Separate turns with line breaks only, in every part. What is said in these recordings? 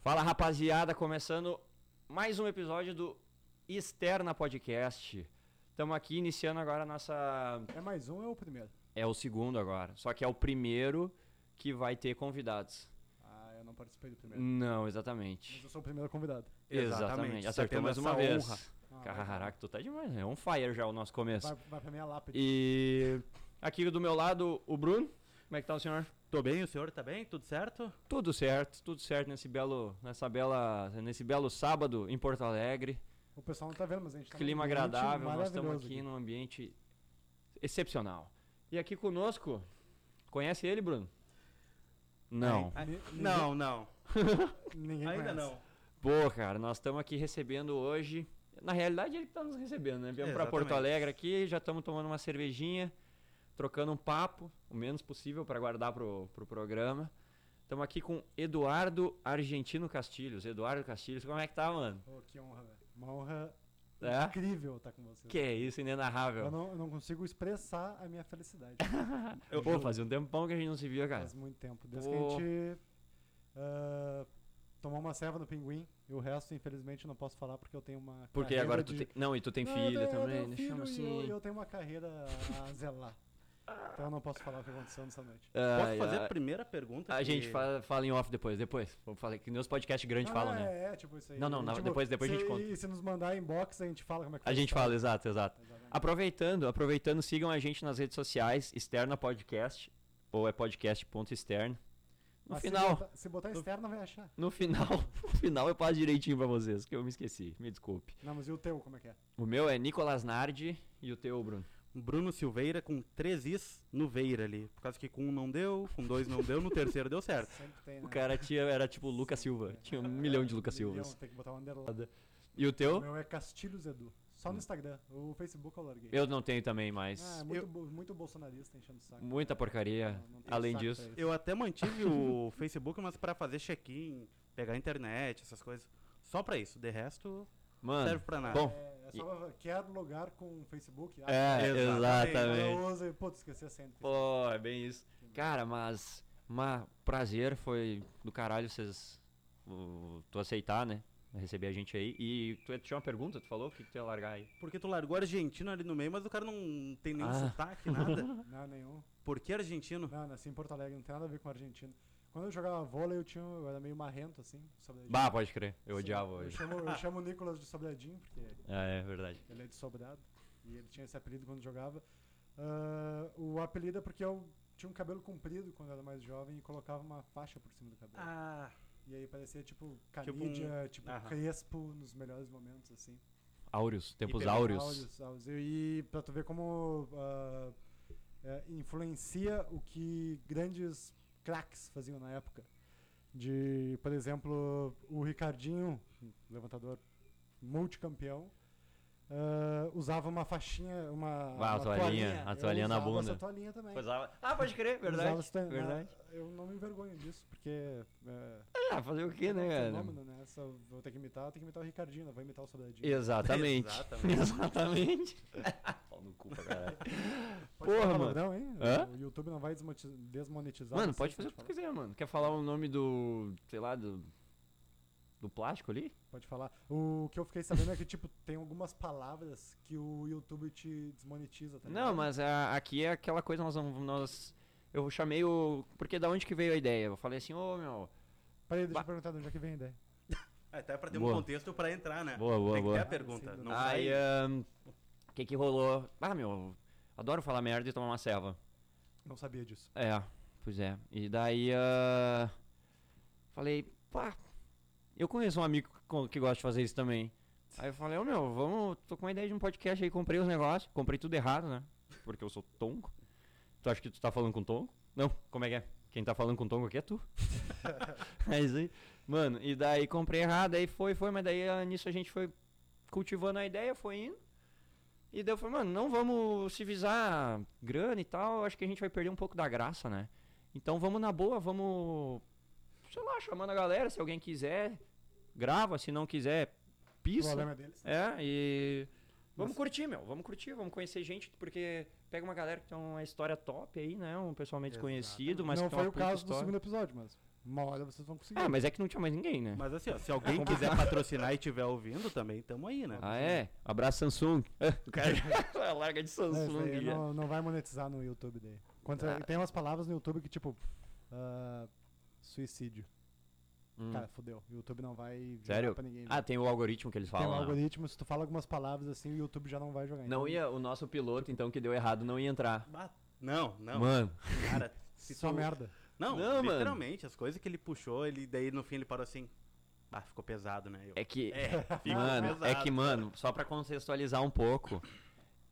Fala rapaziada, começando mais um episódio do Externa Podcast. Estamos aqui iniciando agora a nossa.
É mais um ou é o primeiro?
É o segundo agora, só que é o primeiro que vai ter convidados.
Ah, eu não participei do
É.
primeiro.
Não, exatamente.
Mas eu sou o primeiro convidado.
Exatamente.
Exatamente.
Acertou
Tá
mais
tendo
uma
essa
vez.
honra.
Caraca, tu tá demais, né? On fire já o nosso começo.
Vai, vai pra minha lápide.
E aqui do meu lado, o Bruno. Como é que tá o senhor?
Tô bem, o senhor tá bem? Tudo certo?
Tudo certo, tudo certo nesse belo, nessa bela, nesse belo sábado em Porto Alegre.
O pessoal não tá vendo, mas a gente tá num
Clima
ambiente
agradável, nós estamos
maravilhoso
aqui num ambiente excepcional. E aqui conosco, conhece ele, Bruno? Não.
Ni- ninguém-
Não, não.
Ninguém
Ainda
conhece.
não.
Pô, cara, nós estamos aqui recebendo hoje. Na realidade, ele que tá nos recebendo, né? Viemos para Porto
Exatamente.
Alegre aqui, já estamos tomando uma cervejinha, trocando um papo, o menos possível para guardar pro, pro programa. Estamos aqui com Eduardo Argentino Castilhos. Eduardo Castilhos, como é que tá, mano?
Pô, que honra, velho. Uma honra
É?
incrível estar com vocês.
Que é isso, inenarrável.
Eu não, eu não consigo expressar a minha felicidade.
Eu, Pô, fazia um tempão que a gente não se via, cara.
Faz muito tempo. Desde
Pô.
que a gente ah, tomou uma serva no pinguim. E o resto, infelizmente, eu não posso falar porque eu tenho uma.
Porque
carreira
agora tu
de...
tem. Não, e tu tem
Não, eu
filha
tenho- eu
também,
tenho um
né?
filho
Chama
e
assim.
eu, e eu tenho uma carreira a zelar. Então eu não posso falar o que aconteceu nessa noite.
Posso
Ai,
fazer
ai.
a primeira pergunta?
Ah, a,
que-
gente fala, fala em off depois, depois. Vou falar que nem os podcasts grandes
Ah,
falam, né?
É, é, tipo isso aí.
Não, não, na-
Tipo,
depois- depois a
se-
gente conta.
E se nos mandar inbox, a gente fala como é que
A
foi
gente
história.
fala, Ah, exato, exato.
Exatamente.
Aproveitando, aproveitando, sigam a gente nas redes sociais, externa podcast, ou é podcast.externo. No
Mas se
final,
botar- Se botar
no-
externo, vai achar.
no final, no final eu passo direitinho pra vocês, que eu me esqueci, me desculpe.
Não, mas e o teu, como é que é?
O meu é Nicolas Nardi e o teu, Bruno.
Bruno Silveira com três is no Veira ali. Por causa que com um não deu, com dois não deu, no terceiro deu certo.
Sempre tem, né?
O cara tinha, era tipo Lucas Silva, tinha um milhão de Lucas
Milhão,
Silvas.
Tem que botar um underline.
E o
O
teu?
meu é Castilhos Edu. Só no Instagram. O Facebook eu larguei.
Hum. Eu não tenho também, mas...
Ah, é muito, bo- muito bolsonarista enchendo o saco.
Muita porcaria.
Não, não tem
Além
saco
disso,
pra isso.
Eu até mantive o Facebook, mas pra fazer check-in, pegar internet, essas coisas. Só pra isso. De resto,
mano.
serve pra nada.
Ah, Bom,
É, é só pra- quer logar com o Facebook? Ah,
é,
Exatamente.
Eu
exatamente.
uso e, putz, esqueci a senha. do Facebook.
Pô, é bem isso. Cara, mas. Mas prazer foi do caralho vocês. o- Tu aceitar, né? Receber a gente aí. E tu tinha uma pergunta, tu falou? O que que tu ia largar aí?
Porque tu largou argentino ali no meio, mas o cara não tem nenhum
Ah.
sotaque, nada.
Não, nenhum.
Por que argentino?
Não, nasci em Porto Alegre, não tem nada a ver com a Argentina. Quando eu jogava vôlei, eu, tinha, eu era meio marrento, assim. sobradinho.
Bah, pode crer. Eu
Sim,
odiava
Eu
hoje.
chamo, eu chamo o Nicolas de Sobradinho, porque
É, é verdade.
ele é de Sobrado. E ele tinha esse apelido quando jogava. Ah, o apelido é porque eu tinha um cabelo comprido quando era mais jovem e colocava uma faixa por cima do cabelo.
Ah,
E aí parecia tipo canídia, tipo,
aham.
crespo nos melhores momentos, assim.
Áureos, tempos
E pegou
áureos.
Áureos, áureos. E pra tu ver como ah, é, influencia o que grandes craques faziam na época. De, por exemplo, o Ricardinho, levantador multicampeão, ah, usava uma faixinha, uma,
Vá, Ah, a
uma
toalhinha, a
Eu
toalhinha na
usava
bunda.
Essa toalhinha também.
Usava- Ah, pode crer,
Usava
verdade.
essa toalhinha. Ah,
Verdade.
Eu não me envergonho disso, porque é,
Ah, fazer o quê, né,
é um
cara?
fenômeno, né? Se eu vou ter que imitar, eu tenho que imitar o Ricardinho, não vou imitar o Sobradinho.
Exatamente.
Exatamente.
Exatamente. Pau no cu pra caralho.
Pode falar
Porra, mano.
palavrão, hein?
Hã?
O YouTube não vai desmonti- desmonetizar.
Mano,
você,
pode fazer o que tu quiser, mano. Quer falar o nome do. sei lá, do. do plástico ali?
falar. Pode falar. O que eu fiquei sabendo é que, tipo, tem algumas palavras que o YouTube te desmonetiza tá também.
Não, mas a- aqui é aquela coisa, nós vamos. Nós, eu chamei o. Porque da onde que veio a ideia? Eu falei assim, ô meu.
Peraí, deixa
Ba-
eu perguntar de onde é que vem a ideia.
Até pra ter
Boa.
um contexto pra entrar, né?
Boa, boa,
Tem que
boa.
ter a pergunta. Não
Aí,
sai-
ahn, o que que rolou? Ah, meu, adoro falar merda e tomar uma ceva.
Não sabia disso.
É, pois é. E daí. ah, falei, pá, eu conheço um amigo co- que gosta de fazer isso também. Aí eu falei, ô meu, vamos. Tô com uma ideia de um podcast aí, comprei os negócios, comprei tudo errado, né? Porque eu sou tonco. Tu acha que tu tá falando com tonco? Não, como é que é? Quem tá falando com tonco aqui é tu. Mas aí, mano, e daí comprei errado, aí foi, foi, mas daí ah, nisso a gente foi cultivando a ideia, foi indo. E daí eu falei, mano, não vamos se visar grana e tal, acho que a gente vai perder um pouco da graça, né? Então vamos na boa, vamos, sei lá, chamando a galera, se alguém quiser, grava, se não quiser,
O
pisa.
problema é deles.
É, e. Vamos
Mas-
curtir, meu. Vamos curtir, vamos conhecer gente, porque pega uma galera que tem uma história top aí, né? Um pessoal meio desconhecido, mas
não
que tem
foi
uma
o
puta
caso do
história.
segundo episódio, mas. Uma hora vocês vão conseguir.
Ah, mas é que não tinha mais ninguém, né?
Mas assim, ó, se alguém quiser patrocinar e estiver ouvindo também, tamo aí, né?
Ah, é? Abraço Samsung. o cara já larga de
É, isso
Samsung.
aí
já.
não, não vai monetizar no YouTube daí. Quanto- é,
Ah.
Tem umas palavras no YouTube que, tipo, ah, suicídio.
Hum.
Cara, fodeu. O YouTube não vai jogar
Sério?
pra ninguém.
Ah, tem o algoritmo que eles
tem um
falam. né?
algoritmo, se tu fala algumas palavras assim, o YouTube já não vai jogar.
Não
Então,
ia, o nosso piloto, então, que deu errado, não ia entrar.
Bah, Não, não,
Mano,
cara. Se
Só
tu-
merda.
Não,
Não, mano.
literalmente, as coisas que ele puxou, ele daí no fim ele parou assim. Ah, ficou pesado, né? Eu,
é que.
ficou
mano, é
pesado,
que, mano, só pra contextualizar um pouco.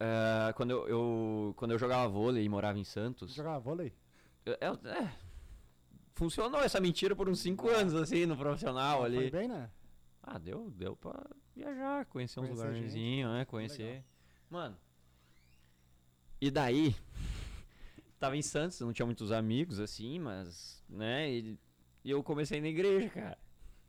eh, quando, eu, eu- quando eu jogava vôlei e morava em Santos.
Jogar vôlei.
eu- eu- é, funcionou essa mentira por uns 5 anos, assim, no profissional ali.
Foi bem, né?
Ah, deu, deu pra viajar, conhecer uns
Conhecer
lugarzinhos, né? Conhecer. Mano. E daí? tava em Santos, não tinha muitos amigos, assim, mas. né? E, e eu comecei na igreja, cara.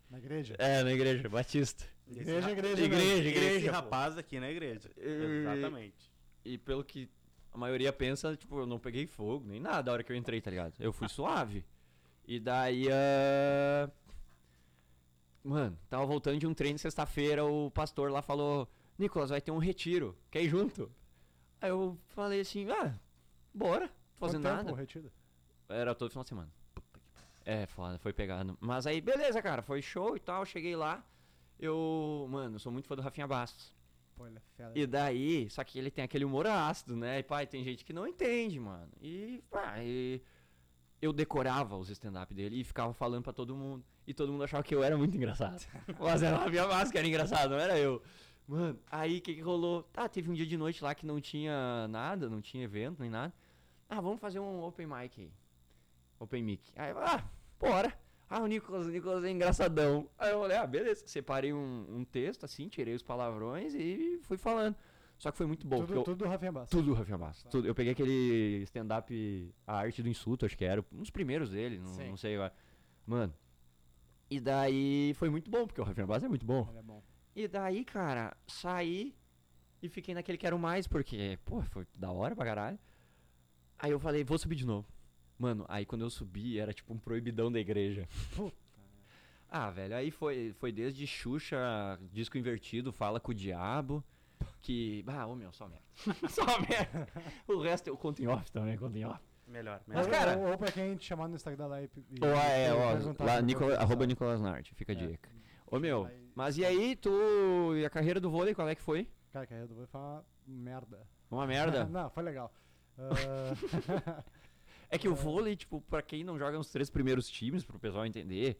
Na igreja.
É, na igreja, Batista.
Esse
Igreja,
ra-
igreja,
igreja,
Esse
igreja, pô.
rapaz aqui na igreja.
Eh,
Exatamente.
E pelo que a maioria pensa, tipo, eu não peguei fogo, nem nada a hora que eu entrei, tá ligado? Eu fui suave. E daí. ah, Mano, tava voltando de um treino sexta-feira, o pastor lá falou: Nicolas, vai ter um retiro, quer ir junto? Aí eu falei assim: ah, bora, não tô fazendo
Quanto tempo
nada.
o retiro?
Era todo final de semana. É, foda, foi pegado. Mas aí, beleza, cara, foi show e tal, cheguei lá. Eu, mano, eu sou muito fã do Rafinha Bastos.
Pô, ele é fera.
E daí, só que ele tem aquele humor ácido, né? E pai, tem gente que não entende, mano. E, pá, e eu decorava os stand-up dele e ficava falando pra todo mundo. E todo mundo achava que eu era muito engraçado. Mas era a minha máscara, era engraçado, não era eu. Mano, aí o que, que rolou? Tá, teve um dia de noite lá que não tinha nada, não tinha evento nem nada. Ah, vamos fazer um open mic aí. Open mic. Aí, eu, ah, bora. Ah, o Nicolas, o Nicolas é engraçadão. Aí eu falei, ah, beleza. Separei um, um texto, assim, tirei os palavrões e fui falando. Só que foi muito bom. porque
tudo,
eu-
tudo do Rafinha Bastos.
tudo, Rafinha Bastos. Tudo. Eu peguei aquele stand-up, a arte do insulto, acho que era. Um dos primeiros dele, não,
Sim.
não sei agora. Mano. E daí foi muito bom, porque o Rafinha Bastos é muito bom.
Ele é bom.
E daí, cara, saí e fiquei naquele quero mais, porque, pô, foi da hora pra caralho. Aí eu falei, vou subir de novo. Mano, aí quando eu subi, era tipo um proibidão da igreja.
Puta.
Ah, velho, aí foi, foi desde Xuxa, disco invertido, fala com o diabo, que... Ah, ô meu, só merda. só merda. O resto eu conto em off também, conto em off.
Melhor,
Mas,
melhor.
ou,
cara-
ou, ou pra quem te chamar no Instagram lá e. e-
Ou, é,
e
ó,
perguntar
lá,
sobre
Nicola,
você,
arroba
sabe?
Nicolas Nart, fica a
É.
dica. Ô meu,
Aí-
mas e aí, tu... E a carreira do vôlei, qual é que foi?
Cara, que a Redo foi uma merda.
Uma merda?
Não, foi legal. Ah,
É que o vôlei, tipo, pra quem não joga os três primeiros times, pro pessoal entender,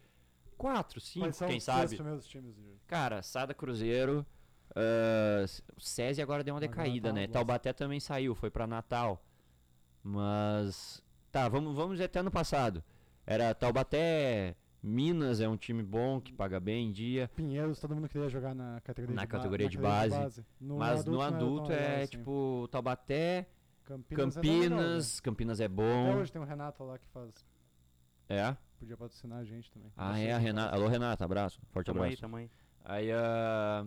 quatro, cinco,
mas são
quem
os três
sabe.
primeiros times de-
Cara, Sada Cruzeiro, ah, S- o SESI agora deu uma
Agora
decaída,
tá uma
né?
bosta.
Taubaté também saiu, foi pra Natal. Mas, tá, vamos, vamos ir até ano passado. Era Taubaté, Minas é um time bom, que paga bem em dia.
Pinheiros, todo mundo queria jogar na categoria
Na
de ba-
categoria de base.
No
mas no
não era tão
adulto
legal
é,
assim.
tipo, Taubaté,
Campinas. era legal, né?
Campinas, Campinas é
Até
bom.
hoje tem o Renato lá que faz.
É?
Podia patrocinar a gente também.
Ah,
Deixa
é, a
eu-
Renata. Alô, Renata, abraço. Forte
Tamo aí,
abraço.
tamo aí.
Aí, ah,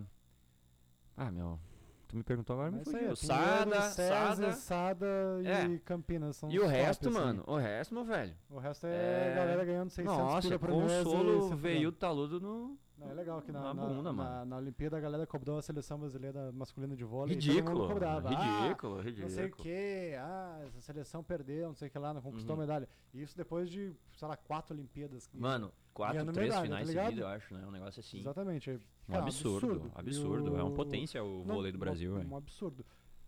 ah, meu, tu me perguntou agora, me
Mas isso aí,
fugiu.
é
Sada, Sada,
Pinheiros,
É.
César, Sada e Campinas. São
e o
os top,
resto,
assim.
mano, o resto, meu velho.
O resto é,
É.
galera ganhando 600
Nossa,
pila
é
por mês e se
consolo
fudendo.
veio taludo no...
Não, é legal que
na
na, na,
bunda,
na,
mano.
na Olimpíada a galera cobrou a seleção brasileira masculina de vôlei. e todo mundo
Ridículo,
cobrava. Ah,
ridículo,
não sei o
ridículo.
que, ah, essa seleção perdeu, não sei o que lá, não conquistou
Uhum.
a medalha. E isso depois de, sei lá, quatro Olimpíadas. que-
Mano, quatro,
Ganhando
três
medalha, tá
finais
ligado?
seguidos, eu acho, né? Um negócio assim.
Exatamente. é,
Um
cara,
absurdo, absurdo.
E
É uma
o-
potência o
não,
vôlei do Brasil,
um,
velho.
um absurdo.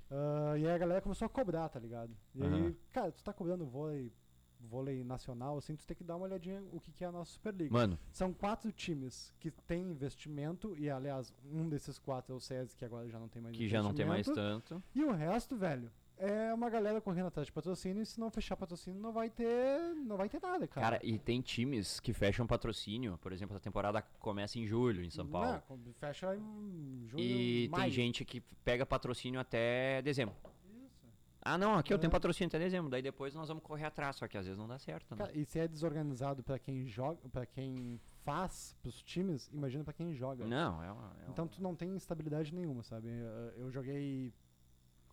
Ah, e aí a galera começou a cobrar, tá ligado? E aí,
Aham.
cara, tu tá cobrando vôlei, vôlei nacional, assim, tu tem que dar uma olhadinha o que, que é a nossa Superliga.
Mano,
São quatro times que têm investimento, e aliás, um desses quatro é o SESI, que agora já não tem mais
que já não tem mais
investimento,
tanto.
E o resto, velho, é uma galera correndo atrás de patrocínio, e se não fechar patrocínio, não vai ter. não vai ter nada, cara.
Cara, e tem times que fecham patrocínio. Por exemplo, a temporada começa em julho, em São Paulo.
Não, com- fecha em junho.
E
maio.
tem gente que pega patrocínio até dezembro. Ah, não, aqui eu
É.
tenho patrocínio até dezembro. Daí depois nós vamos correr atrás, só que às vezes não dá certo, né?
Cara, e se é desorganizado pra quem joga, para quem faz pros times, imagina pra quem joga.
Não, é uma. é uma-
Então tu não tem estabilidade nenhuma, sabe? Eh, Eu joguei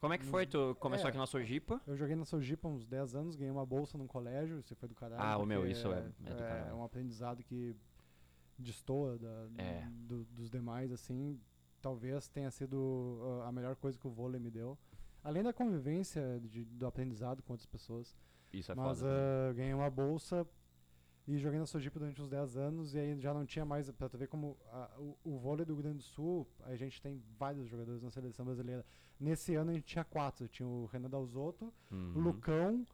Como é que foi? Tu começou
É.
aqui na Sojipa?
Eu joguei na Sojipa há uns 10 anos, ganhei uma bolsa num colégio, isso foi do caralho.
Ah, o meu,
porque
isso é- é do
É,
caralho.
um aprendizado que destoa da-
É.
do- dos demais, assim. Talvez tenha sido ah, a melhor coisa que o vôlei me deu. Além da convivência, de- do aprendizado com outras pessoas.
Isso é
Mas
foda.
ah, ganhei uma bolsa e joguei na Sojipa durante uns 10 anos e aí já não tinha mais, pra tu ver como ah, o, o vôlei do Rio Grande do Sul, a gente tem vários jogadores na seleção brasileira. Nesse ano a gente tinha quatro, tinha o Renan Dalzotto,
Uhum.
o Lucão,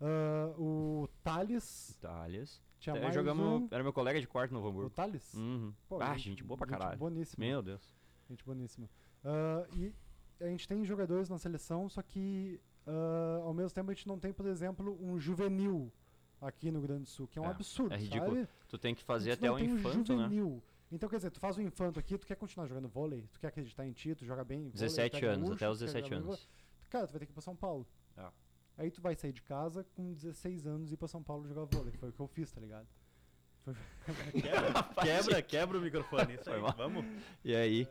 ah, o Thales,
Itálias.
tinha
Até
mais
jogamos,
um,
era meu colega de quarto no Novo
o
Hamburgo.
Thales.
Uhum.
Pô,
ah, gente boa pra caralho.
boníssima.
Meu Deus.
Gente boníssima. Ah, e a gente tem jogadores na seleção, só que ah, ao mesmo tempo a gente não tem, por exemplo, um juvenil aqui no Rio Grande do Sul, que é um
É,
absurdo.
é ridículo.
sabe?
Tu tem que fazer
A gente
até
não
o
tem um
infanto, né?
juvenil. Então, quer dizer, tu faz o infanto aqui, tu quer continuar jogando vôlei, tu quer acreditar em ti, tu joga bem. Vôlei,
17
tu é
anos,
gaúcho,
até os
tu quer
17
jogar
anos.
vôlei. Cara, tu vai ter que ir pra São Paulo.
É.
Aí tu vai sair de casa com 16 anos e ir pra São Paulo jogar vôlei, que foi o que eu fiz, tá ligado?
Quebra, quebra, quebra o microfone. Isso
Foi
aí,
mal.
vamos.
E aí?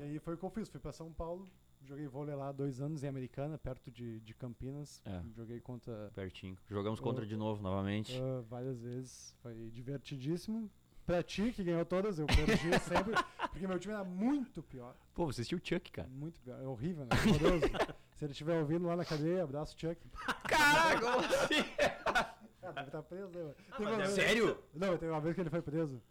E aí foi o que eu fiz, fui pra São Paulo, joguei vôlei lá dois anos em Americana, perto de, de Campinas.
É.
Joguei contra
Pertinho. Jogamos contra
Eu-
de novo, novamente.
ah, várias vezes, foi divertidíssimo. Pra ti, que ganhou todas, eu perdi sempre, porque meu time era muito pior.
Pô, você assistiu o Chuck, cara.
Muito pior. É horrível, né? Horroroso. Se ele estiver ouvindo lá na cadeia, abraço, Chuck.
Caraca, como assim?
Ah, deve estar preso, né? mano? Teve uma
mas
vez-
deve-
Sério?
Não, tem uma vez que ele foi preso.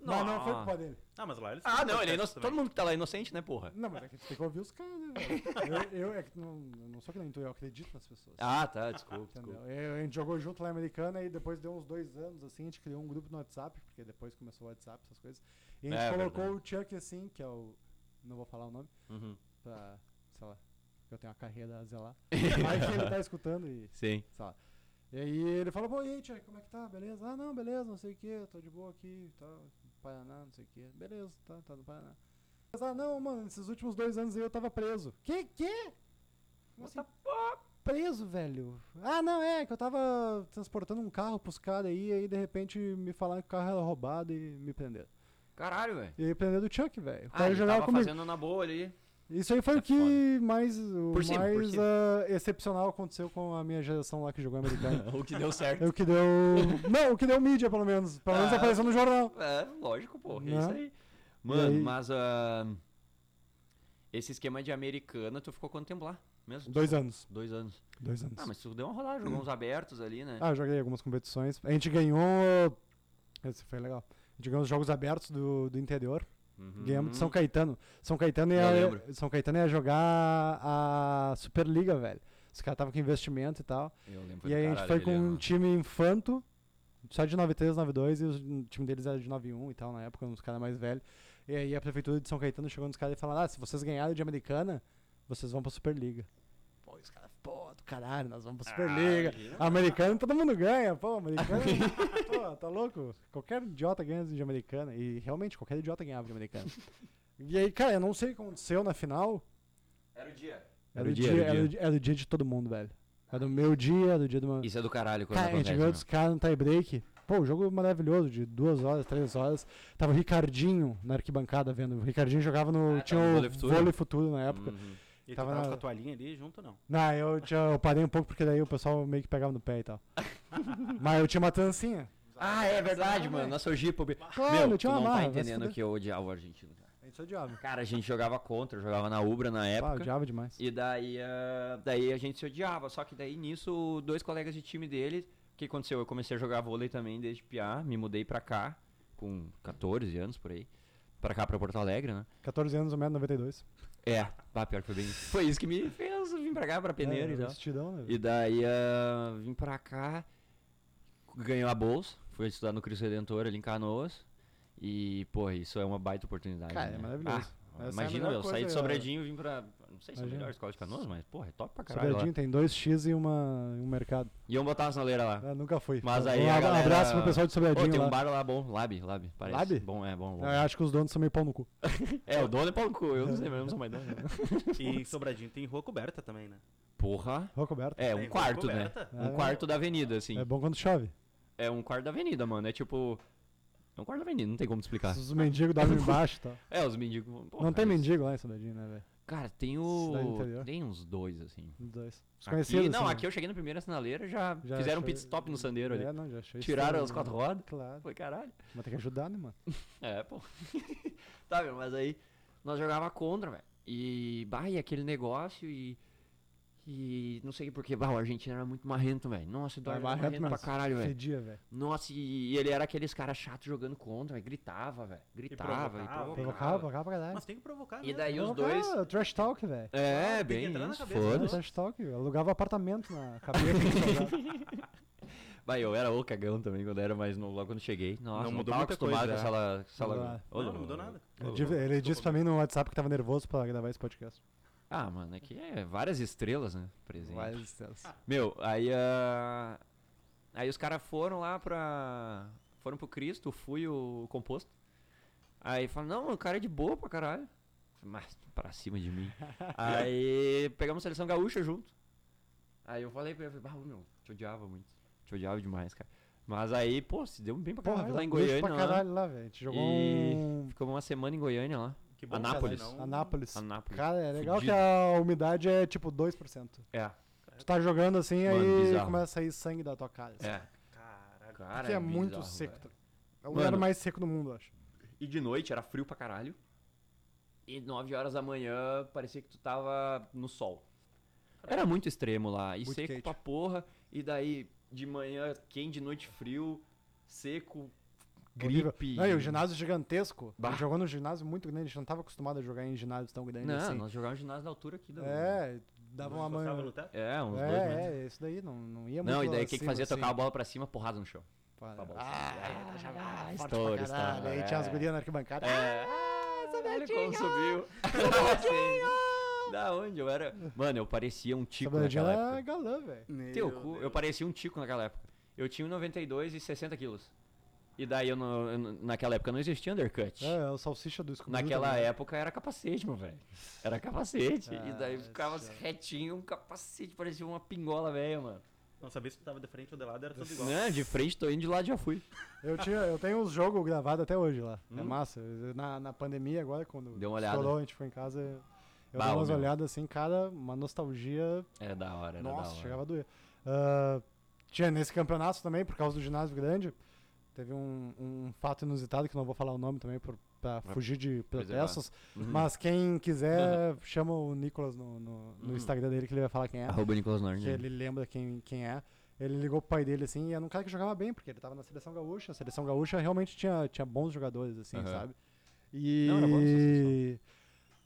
Não, não, foi culpa dele.
Ah, mas lá eles
Ah, não, ele é
processos
inocente. Todo
também.
mundo que tá lá é inocente, né, porra?
Não, mas é que tu tem que ouvir os caras, né, velho? Eu, eu, é que não, eu não sou que nem tu, eu acredito nas pessoas.
Ah, tá, desculpa,
Entendeu?
desculpa.
Eu- a gente jogou junto lá em Americana e depois deu uns dois anos, assim, a gente criou um grupo no WhatsApp, porque depois começou o WhatsApp, essas coisas. E a gente
É,
colocou o Chuck, assim, que é o... Não vou falar o nome,
Uhum.
pra... Sei lá, que eu tenho uma carreira a zelar. Mas ele tá escutando e...
Sim.
sei lá. E aí ele falou, pô, e aí, Tchê, como é que tá? Beleza? Ah, não, beleza, não sei o que, tô de boa aqui e tal, Paraná, não sei o que. Beleza, tá, tá no Paraná. Mas, ah, não, mano, esses últimos dois anos aí eu tava preso. Que, que? Como assim? Preso, velho. Ah, não, é, que eu tava transportando um carro pros caras aí, aí de repente me falaram que o carro era roubado e me prenderam.
Caralho, velho.
E aí prenderam o Chuck, velho.
Ah,
O cara
ele
Então jogava
tava
comigo.
fazendo na boa ali.
Isso aí foi
É
o que mais, o
Por cima, por
mais
cima.
ah, excepcional aconteceu com a minha geração lá que jogou americano.
o que deu certo.
É o que deu. Não, o que deu mídia, pelo menos. Pelo menos
Ah.
apareceu no jornal.
É, lógico, pô. É
Né?
isso aí. Mano,
aí-
mas ah, esse esquema de americana, tu ficou quanto tempo lá? Mesmo?
Dois anos.
Dois anos.
Dois anos.
Ah, mas tu deu uma rolada, jogou uns abertos ali, né?
Ah, eu joguei algumas competições. A gente ganhou. Esse foi legal. A gente ganhou os jogos abertos do, do interior.
Uhum.
Ganhamos de São Caetano. São Caetano,
Eu
ia,
lembro.
São Caetano ia jogar a Superliga, velho. Os caras estavam com investimento e tal.
Eu lembro.
e
do
aí a gente
caralho né?
foi com
aquele
um
ano.
time infanto, só de 93, 92, e os- o time deles era de 91 e tal, na época, uns caras mais velhos. E aí a prefeitura de São Caetano chegou nos caras e falou: Ah, se vocês ganharem de Americana, vocês vão pra Superliga. Pô, os caras, pô, do caralho, nós vamos pra Superliga. americana, todo mundo ganha, pô, americana. pô, tá louco? Qualquer idiota ganha de americana. E realmente, qualquer idiota ganhava de americana. e aí, cara, eu não sei o que aconteceu na final.
Era o dia.
Era o dia, era o dia- era o dia de todo mundo, velho. Era o meu dia, era o dia do meu.
Isso é do caralho quando
Cara, a gente
acontece.
ganhou
meu.
dos caras no tie-break. Pô, o jogo maravilhoso, de duas horas, três horas. Tava o Ricardinho na arquibancada vendo. O Ricardinho jogava no.
Ah,
tinha
tava no
o
vôlei
vôlei
futuro.
futuro. na época.
Uhum.
E tu
Tava
tava
na-
com a toalhinha ali junto, não?
Não, eu, tinha, eu parei um pouco porque daí o pessoal meio que pegava no pé e tal. Mas eu tinha uma trancinha.
Ah, é verdade, mano. Nossa, o Jeep.
Claro,
Meu,
eu tinha
tu
uma
não
marra.
tá
vai se
entendendo
fuder.
que eu odiava o argentino, cara.
A gente odiava.
Cara, a gente jogava contra, jogava na Ubra na
Pá,
época.
odiava demais.
E daí, ah, daí a gente se odiava. Só que daí nisso, dois colegas de time dele. O que aconteceu? Eu comecei a jogar vôlei também desde piá. Me mudei pra cá, com 14 anos por aí. Pra cá, pra Porto Alegre, né?
14 anos, 1,92m.
É, pá, pior que foi bem isso. Foi isso que me fez vir pra cá, pra peneira então. e tal.
Vestidão, né?
E daí ah, vim pra cá, ganhei uma bolsa, fui estudar no Cristo Redentor ali em Canoas. E, pô, isso é uma baita oportunidade.
Cara, é
né?
maravilhoso.
Ah,
Essa é a
imagina,
melhor
eu saí de
coisa,
Sobradinho e vim pra. Não sei se é a
Imagina.
melhor escola de Canoas, mas, porra, é top pra caralho. lá.
Sobradinho tem dois X e uma, um mercado.
E eu botar as naleira lá.
Ah, nunca fui.
Mas
Um
aí a
ab-
galera-
abraço pro pessoal de
Pô,
Sobradinho
tem um
lá.
bar lá bom, Lab, Lab, parece.
Lab?
Bom, é bom. bom.
Eu acho que os donos são meio pau no cu.
É, o dono é pau no cu, eu não sei, mas eu não sou mais dono. né?
E em Sobradinho tem rua coberta também, né?
Porra.
Ô, Roberto.
É,
Tem
um
rua
quarto, né?
coberta.
Um
É.
quarto da avenida, assim.
É bom quando chove.
É um quarto da avenida, mano. É tipo. É um quarto da avenida, não tem como te explicar.
Os mendigos dormem embaixo e tal.
É, os mendigos.
não tem
mendigo.
mendigo lá em Sobradinho, né, velho?
Cara, tem
Cidade do
o.
interior.
Tem uns dois, assim.
Dois. Desconhecido,
Aqui, não,
assim,
aqui eu cheguei na primeira sinaleira, já,
Já
fizeram um
achei-
pit stop no sandeiro ali.
É, não, já achei
Tiraram
estranho,
as quatro
né?
rodas.
Claro.
Foi caralho.
Mas tem que ajudar, né, mano?
É, pô. tá, meu, mas aí nós jogava contra, velho. E, bah, e aquele negócio e. E não sei porquê, bah, o argentino era muito marrento, velho. Nossa, o Eduardo era marrento, pra
mas
caralho, velho.
Fedia, velho.
Nossa, e ele era aqueles caras chatos jogando contra, velho. Gritava, velho. Gritava e
provocava.
provocava.
Provocava, provocava pra caralho.
Mas tem que provocar,
E
mesmo,
daí
né?
os
Provocava,
dois.
Trash talk, velho.
É,
Tem que
bem.
entrar na
isso,
cabeça, né?
Foda-se.
Era
Foda-se.
Trash talk. eu Alugava apartamento na cabeça. tá ligado?
Vai, eu era o cagão também quando era mais novo, logo quando cheguei. Nossa, não,
mudou
tava
muita
acostumado
coisa,
com
é.
sala. sala... Ô,
Mudou.
Não,
louco.
não mudou nada.
Ele di- é ele é disse pra mim no WhatsApp que tava nervoso pra gravar esse podcast.
Ah, mano, aqui é várias estrelas, né? Presente.
Várias estrelas.
Meu, aí ah, Aí os caras foram lá pra. Foram pro Cristo, fui o composto. Aí falaram, não, o cara é de boa pra caralho. Mas pra cima de mim. aí pegamos a seleção gaúcha junto. Aí eu falei pra ele, eu falei, bah, meu, te odiava muito. Te odiava demais, cara. Mas aí, pô, se deu bem pra caralho
Porra,
lá em
lixo
Goiânia. né?
pra
lá.
caralho lá, velho. A gente jogou
E-
um...
Ficamos uma semana em Goiânia lá.
Que bom,
Anápolis.
cara, senão-
Anápolis.
Anápolis.
Cara, é legal
Fudido.
que a umidade é tipo 2%.
É.
Tu tá jogando assim,
Mano,
aí
bizarro.
começa a sair sangue da tua cara. assim.
É.
Caraca.
Cara,
Porque é, muito
bizarro,
seco.
velho.
tá ligado? É o lugar
Mano.
mais seco do mundo, eu acho.
E de noite era frio pra caralho. E 9 horas da manhã parecia que tu tava no sol. Era muito extremo lá. E
Muito
seco
quente.
pra porra. E daí de manhã quente, de noite frio. Seco,
Horrível.
gripe.
Não, e o ginásio gigantesco.
Bah.
Ele Jogou num ginásio muito grande, a gente não tava acostumado a jogar em ginásios tão grandes
Não,
assim.
nós jogávamos ginásio na altura aqui. Da...
É, dava uma
Encostava
mão.
no teto?
É, uns dois
É,
metros.
é, isso daí não, não ia muito.
Não, e daí
lá
o que, que
acima,
fazia?
assim.
Tocava a bola pra cima, porrada no chão.
Pá,
Tá bom.
Ah,
Ah,
já-
ah,
forte pra
estoura,
caralho.
estoura,
Aí tinha as
é.
gurias na arquibancada.
É. Olha como subiu. Sim. da onde eu era? Mano, eu parecia um tico
Sobradinho
naquela
era
época.
é galã, velho.
Teu cu, eu parecia um tico naquela época. Eu tinha 92 e 60 quilos. E daí, eu não- eu não- naquela época não existia undercut.
É, é o salsicha do né? Scooby.
Naquela época era capacete, meu velho. Era capacete. e daí
Ah,
ficava
esse é-
retinho, um capacete, parecia uma pingola velha, mano.
Não sabia se tu tava de frente ou de lado, era tudo igual.
é
Né? De frente tô indo, de lado já fui.
Eu, tinha, eu tenho os jogos gravados até hoje lá. É massa. Na, na pandemia, agora, quando
Hum? Deu uma olhada.
estourou, a gente foi em casa. Eu
Bah,
dei umas
meu.
olhadas assim, cara, uma nostalgia.
Era da hora, era da
nossa,
hora.
chegava a doer. Ah, tinha nesse campeonato também, por causa do ginásio grande, teve um, um fato inusitado que eu não vou falar o nome também por, pra
Pra
fugir de
preservar.
protestos.
Uhum.
Mas quem quiser, chama o Nicolas no, no, no
Uhum.
Instagram dele que ele vai falar quem é.
Arroba Nicolas
que
Norne.
ele lembra quem, quem é. Ele ligou pro pai dele, assim, e era um cara que jogava bem, porque ele tava na seleção gaúcha. A seleção gaúcha realmente tinha, tinha bons jogadores, assim,
Aham.
sabe? E.
Não, era boa essa seleção.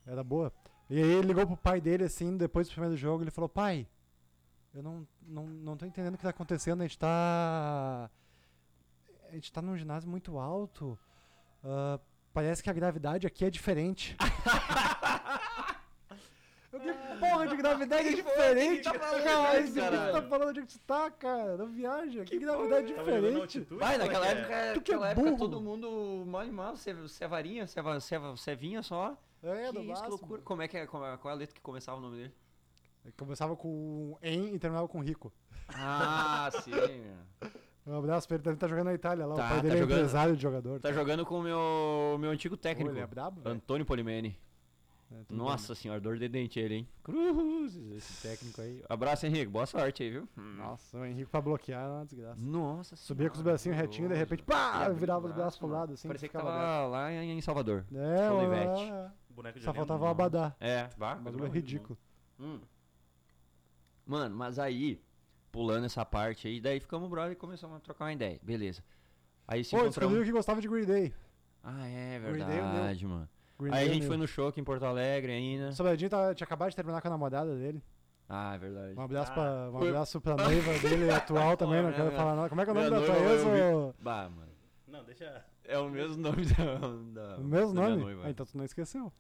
Era boa. E aí ele ligou pro pai dele, assim, depois do primeiro jogo, ele falou: Pai, eu não, não, não tô entendendo o que tá acontecendo, a gente tá. A gente tá num ginásio muito alto. ah, parece que a gravidade aqui é diferente. Eu, que porra de gravidade é diferente?
tá falando,
Cara,
velho,
esse bicho
caralho?
tá falando onde que tu tá, cara. Não viaja. Que, Tá gravidade
Tava jogando na
diferente.
altitude,
Vai,
como é
naquela
que é?
época,
Tu que é
naquela época
burro.
todo mundo mal e mal, ce- cevarinha, ceva, ceva, cevinha só.
É,
que
do
isso, que
máximo.
loucura. Como é que é, como é- qual é a letra que começava o nome dele?
Começava com em e terminava com rico.
Ah, sim.
Um abraço pra ele, deve estar jogando na Itália lá.
Tá,
o pai
tá
dele é
jogando.
empresário de jogador.
Tá jogando com o meu, meu antigo
Pô,
técnico,
ele é brabo, velho.
Antônio Polimeni.
É, tudo
Nossa senhora, dor de dente ele, hein? Cruzes, esse técnico aí. Abraço, Henrique. Boa sorte aí, viu?
bem. Nossa, o Henrique pra bloquear era uma desgraça.
Nossa
Subia com os bracinhos retinhos e de repente, pá, virava os braços pro lado, assim.
Parecia que
ficava
tava lá em em Salvador.
aberto. É,
show
ó,
Ivete.
é.
Boneco de né?
Só
Olinda.
faltava o abadá.
É, vá.
Um
coisa
bagulho
boa.
ridículo.
Hum. Mano, mas aí, pulando essa parte aí, daí ficamos brother e começamos a trocar uma ideia. Beleza. Aí se
Pô, descobriu
encontramos...
que gostava de Green Day.
Ah, é
Green Day, eu
verdade, mano.
Green
Aí a
Day,
gente
né?
foi no show aqui em Porto Alegre ainda.
O Sobradinho tava- tinha acabado de terminar com a namorada dele.
Ah, é verdade.
Um abraço,
Ah.
pra, um abraço pra noiva dele atual também, não
Porra,
quero
né,
falar nada. Como é que é o
minha
nome da tua
noiva,
ex?
eu
ô?
Bah, mano.
Não, deixa.
É o mesmo nome da. da
é O mesmo
da minha
nome?
noiva.
Ah, então tu não esqueceu.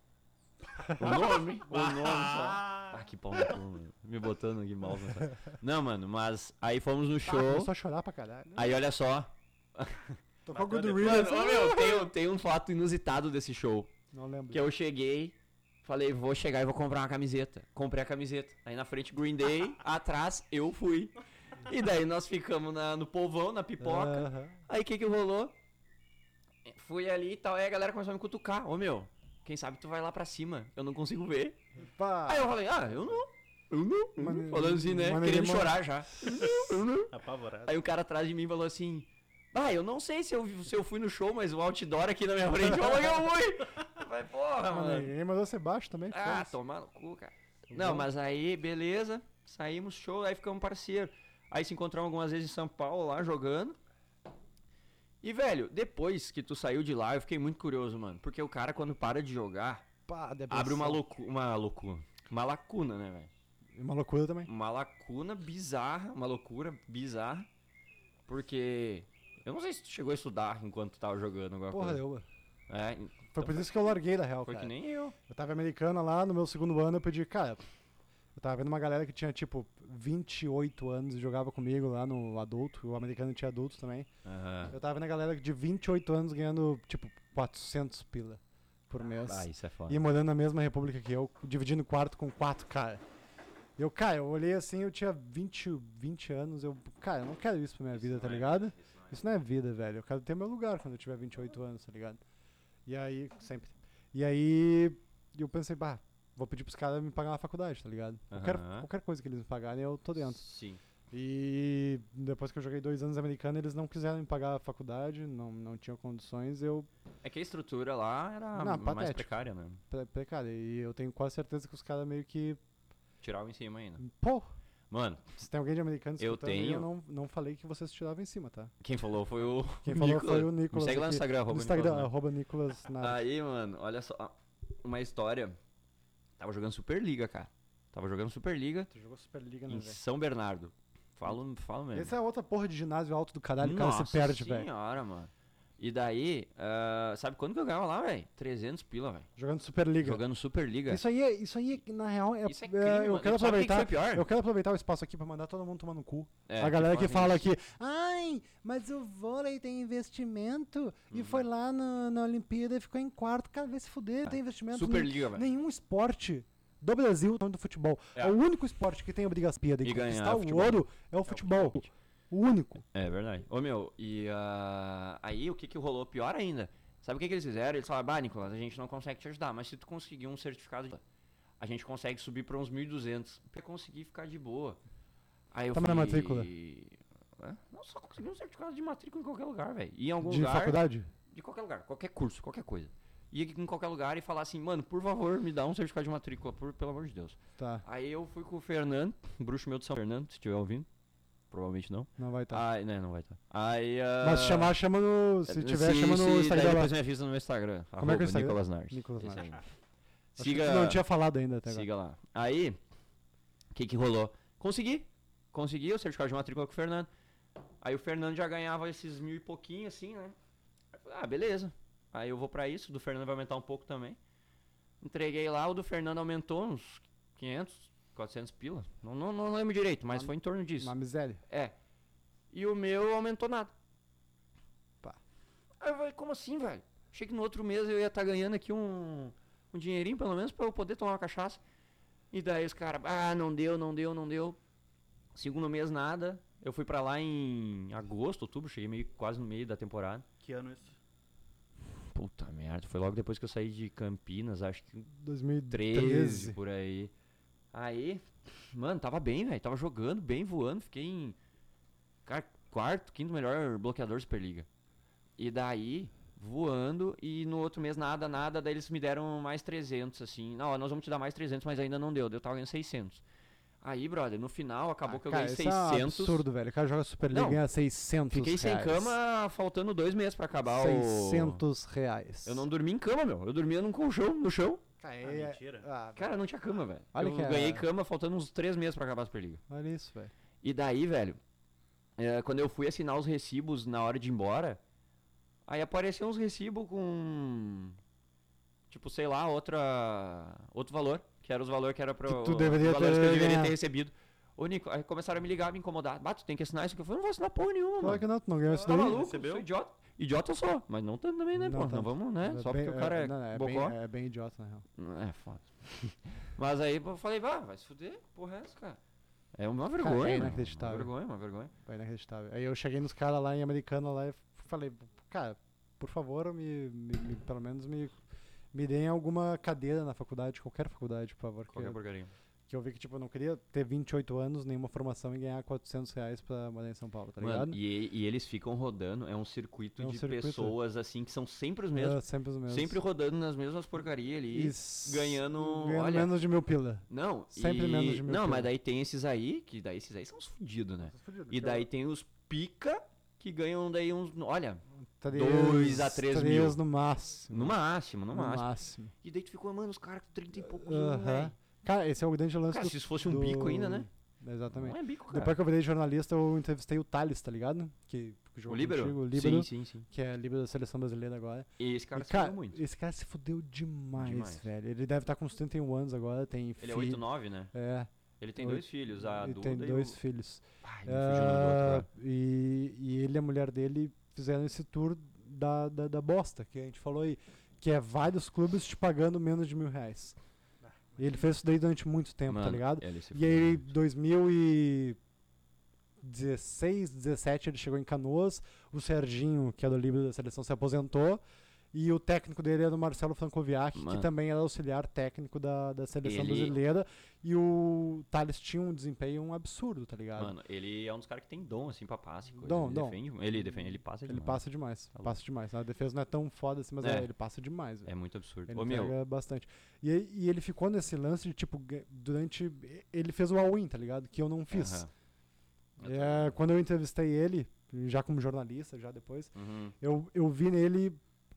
O nome? o nome só.
Ah,
Ah, que pau no cu, mano. Me botando aqui mal. sabe? Não, mano, mas aí fomos no
Ah,
show.
começou a chorar pra caralho.
Aí olha só.
Tocou
Bateu
Good
depois.
Mano,
Riddance.
ô, meu, tem, um- tem um fato inusitado desse show.
Não lembro.
Que é eu cheguei, falei, vou chegar e vou comprar uma camiseta. Comprei a camiseta. Aí na frente Green Day, atrás eu fui. E daí nós ficamos na- no povão, na pipoca.
Aham.
Aí o que que rolou? Fui ali e tal, aí a galera começou a me cutucar. Ô meu, Quem sabe tu vai lá pra cima, eu não consigo ver.
Pá.
Aí eu falei, ah, eu não. Eu não. eu
Mas
não.
ele-
Falando assim, né?
mas ele
Querendo
mora-
chorar já. Eu não.
Apavorado.
Aí o cara atrás de mim falou assim. Ah, eu não sei se eu, se eu fui no show, mas o outdoor aqui na minha frente falou que eu fui. Eu falei, porra,
Mano,
mano.
Ele mandou ser baixo também.
Ah,
foda-se.
tomar no cu, cara. Não,
bom.
mas aí, beleza. Saímos show, aí ficamos parceiro. Aí se encontramos algumas vezes em São Paulo lá jogando. E, velho, depois que tu saiu de lá, eu fiquei muito curioso, mano. Porque o cara, quando para de jogar,
Pá, depressão.
abre uma loucura. Uma loucura. Uma lacuna, né, velho?
Uma loucura também.
Uma lacuna bizarra, uma loucura bizarra. Porque. Eu não sei se tu chegou a estudar enquanto tu tava jogando alguma
Porra,
coisa.
deu.
É,
Foi por isso que eu larguei, na real,
foi
cara.
que nem eu.
Eu tava em americana lá, no meu segundo ano, eu pedi, cara. Eu tava vendo uma galera que tinha, tipo, 28 anos e jogava comigo lá no adulto. O americano tinha adulto também.
Aham.
Eu tava vendo a galera de 28 anos ganhando, tipo, 400 pila por mês.
Ah, isso é foda.
E morando na mesma república que eu, dividindo quarto com quatro cara. Eu, cara, eu olhei assim, eu tinha 20, 20 anos, eu, cara, eu não quero isso pra minha vida, tá ligado? isso não é vida, velho. Eu quero ter meu lugar quando eu tiver 28 anos, tá ligado? E aí, sempre. E aí, eu pensei, bah, vou pedir pros caras me pagar uma faculdade, tá ligado? Qualquer,
Aham.
qualquer coisa que eles me pagarem, eu tô dentro.
Sim.
E depois que eu joguei dois anos americano, eles não quiseram me pagar a faculdade, não, não tinham condições, eu
É que a estrutura lá era
Não,
mais
patético.
precária, né?
pre- precário. E eu tenho quase certeza que os caras meio que,
Tirava em cima ainda.
pô,
Mano,
Se tem alguém de americano
Eu
escutando, aí,
tenho.
eu não, não falei que vocês tiravam em cima, tá?
quem falou foi o.
Quem falou
Nicolas.
foi o Nicolas.
Me segue lá no
aqui.
Instagram, arroba
No Instagram,
Nicolas, né?
arroba Nicolas nada.
Aí, mano, olha só. Uma história. Tava jogando Superliga, cara. Tava jogando Superliga
Tu jogou Superliga, né,
em
velho?
São Bernardo. Falo, falo mesmo.
Essa é outra porra de ginásio alto do caralho, o cara se
Nossa
perde, velho.
senhora, mano. E daí, ah, sabe quando que eu ganhava lá, velho? 300 pila, velho.
Jogando Superliga.
Jogando Superliga.
Isso aí, é- isso aí, é- na real, é,
Isso é
é,
crime,
eu
mano.
quero
E sabe o que que
aproveitar.
foi pior?
Eu quero aproveitar o espaço aqui pra mandar todo mundo tomar no cu.
É,
a galera que
fazem
fala
isso.
aqui, ai, mas o vôlei tem investimento e
Uhum.
foi lá no- na Olimpíada e ficou em quarto. Cara, vê se fuder, tem investimento. nenhum.
Superliga, velho.
Nenhum esporte do Brasil tanto do futebol.
É.
É. O único esporte que tem obrigação de
E ganhar
conquistar
é o
o
futebol.
ouro é o futebol. O único.
É verdade. Ô meu, e ah, aí o que que rolou pior ainda? Sabe o que que eles fizeram? Eles falaram, bah, Nicolas, a gente não consegue te ajudar, mas se tu conseguir um certificado, de- a gente consegue subir pra uns 1.200 pra conseguir ficar de boa. Aí eu
Tá na
fui-
matrícula?
Hã? Não, só consegui um certificado de matrícula em qualquer lugar, velho. E Em algum
de
lugar.
faculdade?
De qualquer lugar, qualquer curso, qualquer coisa. Ia em qualquer lugar e falar assim, mano, por favor, me dá um certificado de matrícula, por, pelo amor de Deus.
Tá,
Aí eu fui com o Fernando, bruxo meu de São Fernando, se estiver ouvindo. Provavelmente não.
não vai tá. estar.
Aí, né, não vai estar. Aí. ah,
Mas se chamar, chama no. Se tiver,
se-
chama
se-
no Instagram
É, daí
lá.
Depois me avisa no meu Instagram.
Como é que é o Instagram?
Nicolas Nars.
Nicolas
Esse
Nars.
aí.
Acho que tu
Siga,
Não tinha falado ainda até agora.
siga lá. Aí, o que que rolou? Consegui. Consegui o certificado de matrícula com o Fernando. Aí o Fernando já ganhava esses mil e pouquinho, assim, né? Aí eu falei, Ah, beleza. Aí eu vou pra isso, o do Fernando vai aumentar um pouco também. Entreguei lá, o do Fernando aumentou uns 500, 400 pila. Não, não, não lembro direito, mas
Uma-
foi em torno disso.
Uma miséria.
É. E o meu aumentou nada.
Pá.
Aí eu falei, como assim, velho? Achei que no outro mês eu ia estar ganhando aqui um, um dinheirinho, pelo menos, pra eu poder tomar uma cachaça. E daí os caras, ah, não deu, não deu, não deu. Segundo mês, nada. Eu fui pra lá em agosto, outubro, cheguei meio quase no meio da temporada.
Que ano é isso?
Puta merda, foi logo depois que eu saí de Campinas, acho que 13
2013.
por aí. Aí, mano, tava bem, velho. Tava jogando bem, voando. Fiquei em cara, quarto, quinto melhor bloqueador da Superliga. E daí, voando. E no outro mês, nada, nada. Daí eles me deram mais 300, assim. Não, ó, nós vamos te dar mais 300, mas ainda não deu. Daí Eu tava ganhando 600. Aí, brother, no final, acabou que eu
cara,
ganhei
isso É um
600.
absurdo, velho. O cara joga Superliga
Não.
e ganha 600
fiquei sem
reais.
cama, faltando dois meses pra acabar o...
600 reais.
Eu não dormi em cama, meu. Eu dormia num colchão, no chão.
Cara,
Ah,
é-
mentira.
Ah,
Cara, não tinha cama, velho.
Olha
eu
que é-
ganhei cama faltando uns três meses pra acabar a Superliga.
olha isso, velho.
E daí, velho, é, quando eu fui assinar os recibos na hora de ir embora, aí apareceu uns recibos com. Tipo, sei lá, outra. outro valor. Que era os valores que era pra.
Que tu
os
deveria
valores que eu
ter
deveria ter
ganhado.
recebido. Ô, Nico, aí começaram a me ligar, me incomodar. Bah, tu tem que assinar isso aqui. Eu falei, não vou assinar porra nenhuma,
Claro
mano.
que não, tu não ganhou isso
Tá
daí.
maluco,
Recebeu?
sou idiota. Idiota eu sou, mas não tanto também, né,
Não
pô? Não
tanto.
vamos, né? Só
bem-
porque o cara é,
não, não, é, bem,
bocó.
é bem idiota, na real.
É foda. Mas aí eu falei, vá, vai se fuder, porra é essa, cara. É uma vergonha,
é
mano, Uma
inacreditável.
vergonha, uma vergonha.
Foi inacreditável. Aí eu cheguei nos caras lá em Americana lá e falei, cara, por favor, me, me- me- pelo menos me, Me deem alguma cadeira na faculdade, qualquer faculdade, por favor. que
é.
Qualquer
eu-
porcaria.
que eu vi que, tipo, eu não queria ter 28 anos, nenhuma formação e ganhar 400 reais pra morar em São Paulo, tá
Mano,
ligado?
e, e eles ficam rodando, é um circuito
É um
de
circuito.
pessoas assim que são sempre os mesmos,
É, sempre os mesmos.
sempre rodando nas mesmas porcarias ali.
Isso.
ganhando-
ganhando
olha-
menos de mil pila.
Não,
Sempre
e-
menos de mil
Não, mas
pila.
daí tem esses aí, que daí esses aí são os fudidos, né?
Fudido,
E
cara.
daí tem os pica que ganham daí uns, olha,
Três-
dois a três mil.
Tá no máximo.
no máximo, no
Uhum. No
máximo.
máximo.
E daí tu ficou, mano, os caras com 30 e poucos anos,
Aham.
velho.
Cara, esse é o grande lance
Cara,
do...
se isso fosse um
do-
bico ainda, né?
Exatamente.
Não é bico, cara.
Depois que eu virei jornalista, eu entrevistei o Thales, tá ligado? Que, que
O
jogou
líbero?
contigo, o líbero,
Sim, sim, sim.
que é líbero da seleção brasileira agora.
E esse cara
E,
se fudeu muito.
Esse cara se fudeu demais,
Demais.
velho. Ele deve estar com uns 31 anos agora, tem
Ele é
fi-
8, 9, né?
É,
Ele tem
Oito-
dois filhos, a
ele
Duda
tem
e
dois
o...
filhos.
Ai, me fugiu o nome do outro
Ah,
agora.
e, e ele e a mulher dele fizeram esse tour da, da, da bosta, que a gente falou aí, que é vários clubes te pagando menos de mil reais. E ele fez isso daí durante muito tempo, tá
Mano, é
ligado?
ele se
E
fudeu
aí,
muito.
2016, 17, ele chegou em Canoas. O Serginho, que era o líder da seleção, se aposentou. E o técnico dele era o Marcelo Francoviac,
Mano.
que também era auxiliar técnico da, da seleção
Ele-
brasileira. E o Thales tinha um desempenho um absurdo, tá ligado?
Mano, ele é um dos caras que tem dom, assim, pra passe. e Coisa.
Dom,
ele
dom.
Defende, ele defende, ele passa
ele
demais.
passa demais,
Tá louco.
passa demais. A defesa não é tão foda assim, mas
É.
é, ele passa demais. velho.
É muito absurdo.
Ele
Ô, meu,
pega bastante. E, aí- e ele ficou nesse lance de, tipo, ga- durante. Ele fez o all-in, tá ligado? Que eu não fiz.
aham. Eu tô
É,
ligado.
quando eu entrevistei ele, já como jornalista, já depois,
Uhum.
eu, eu vi nele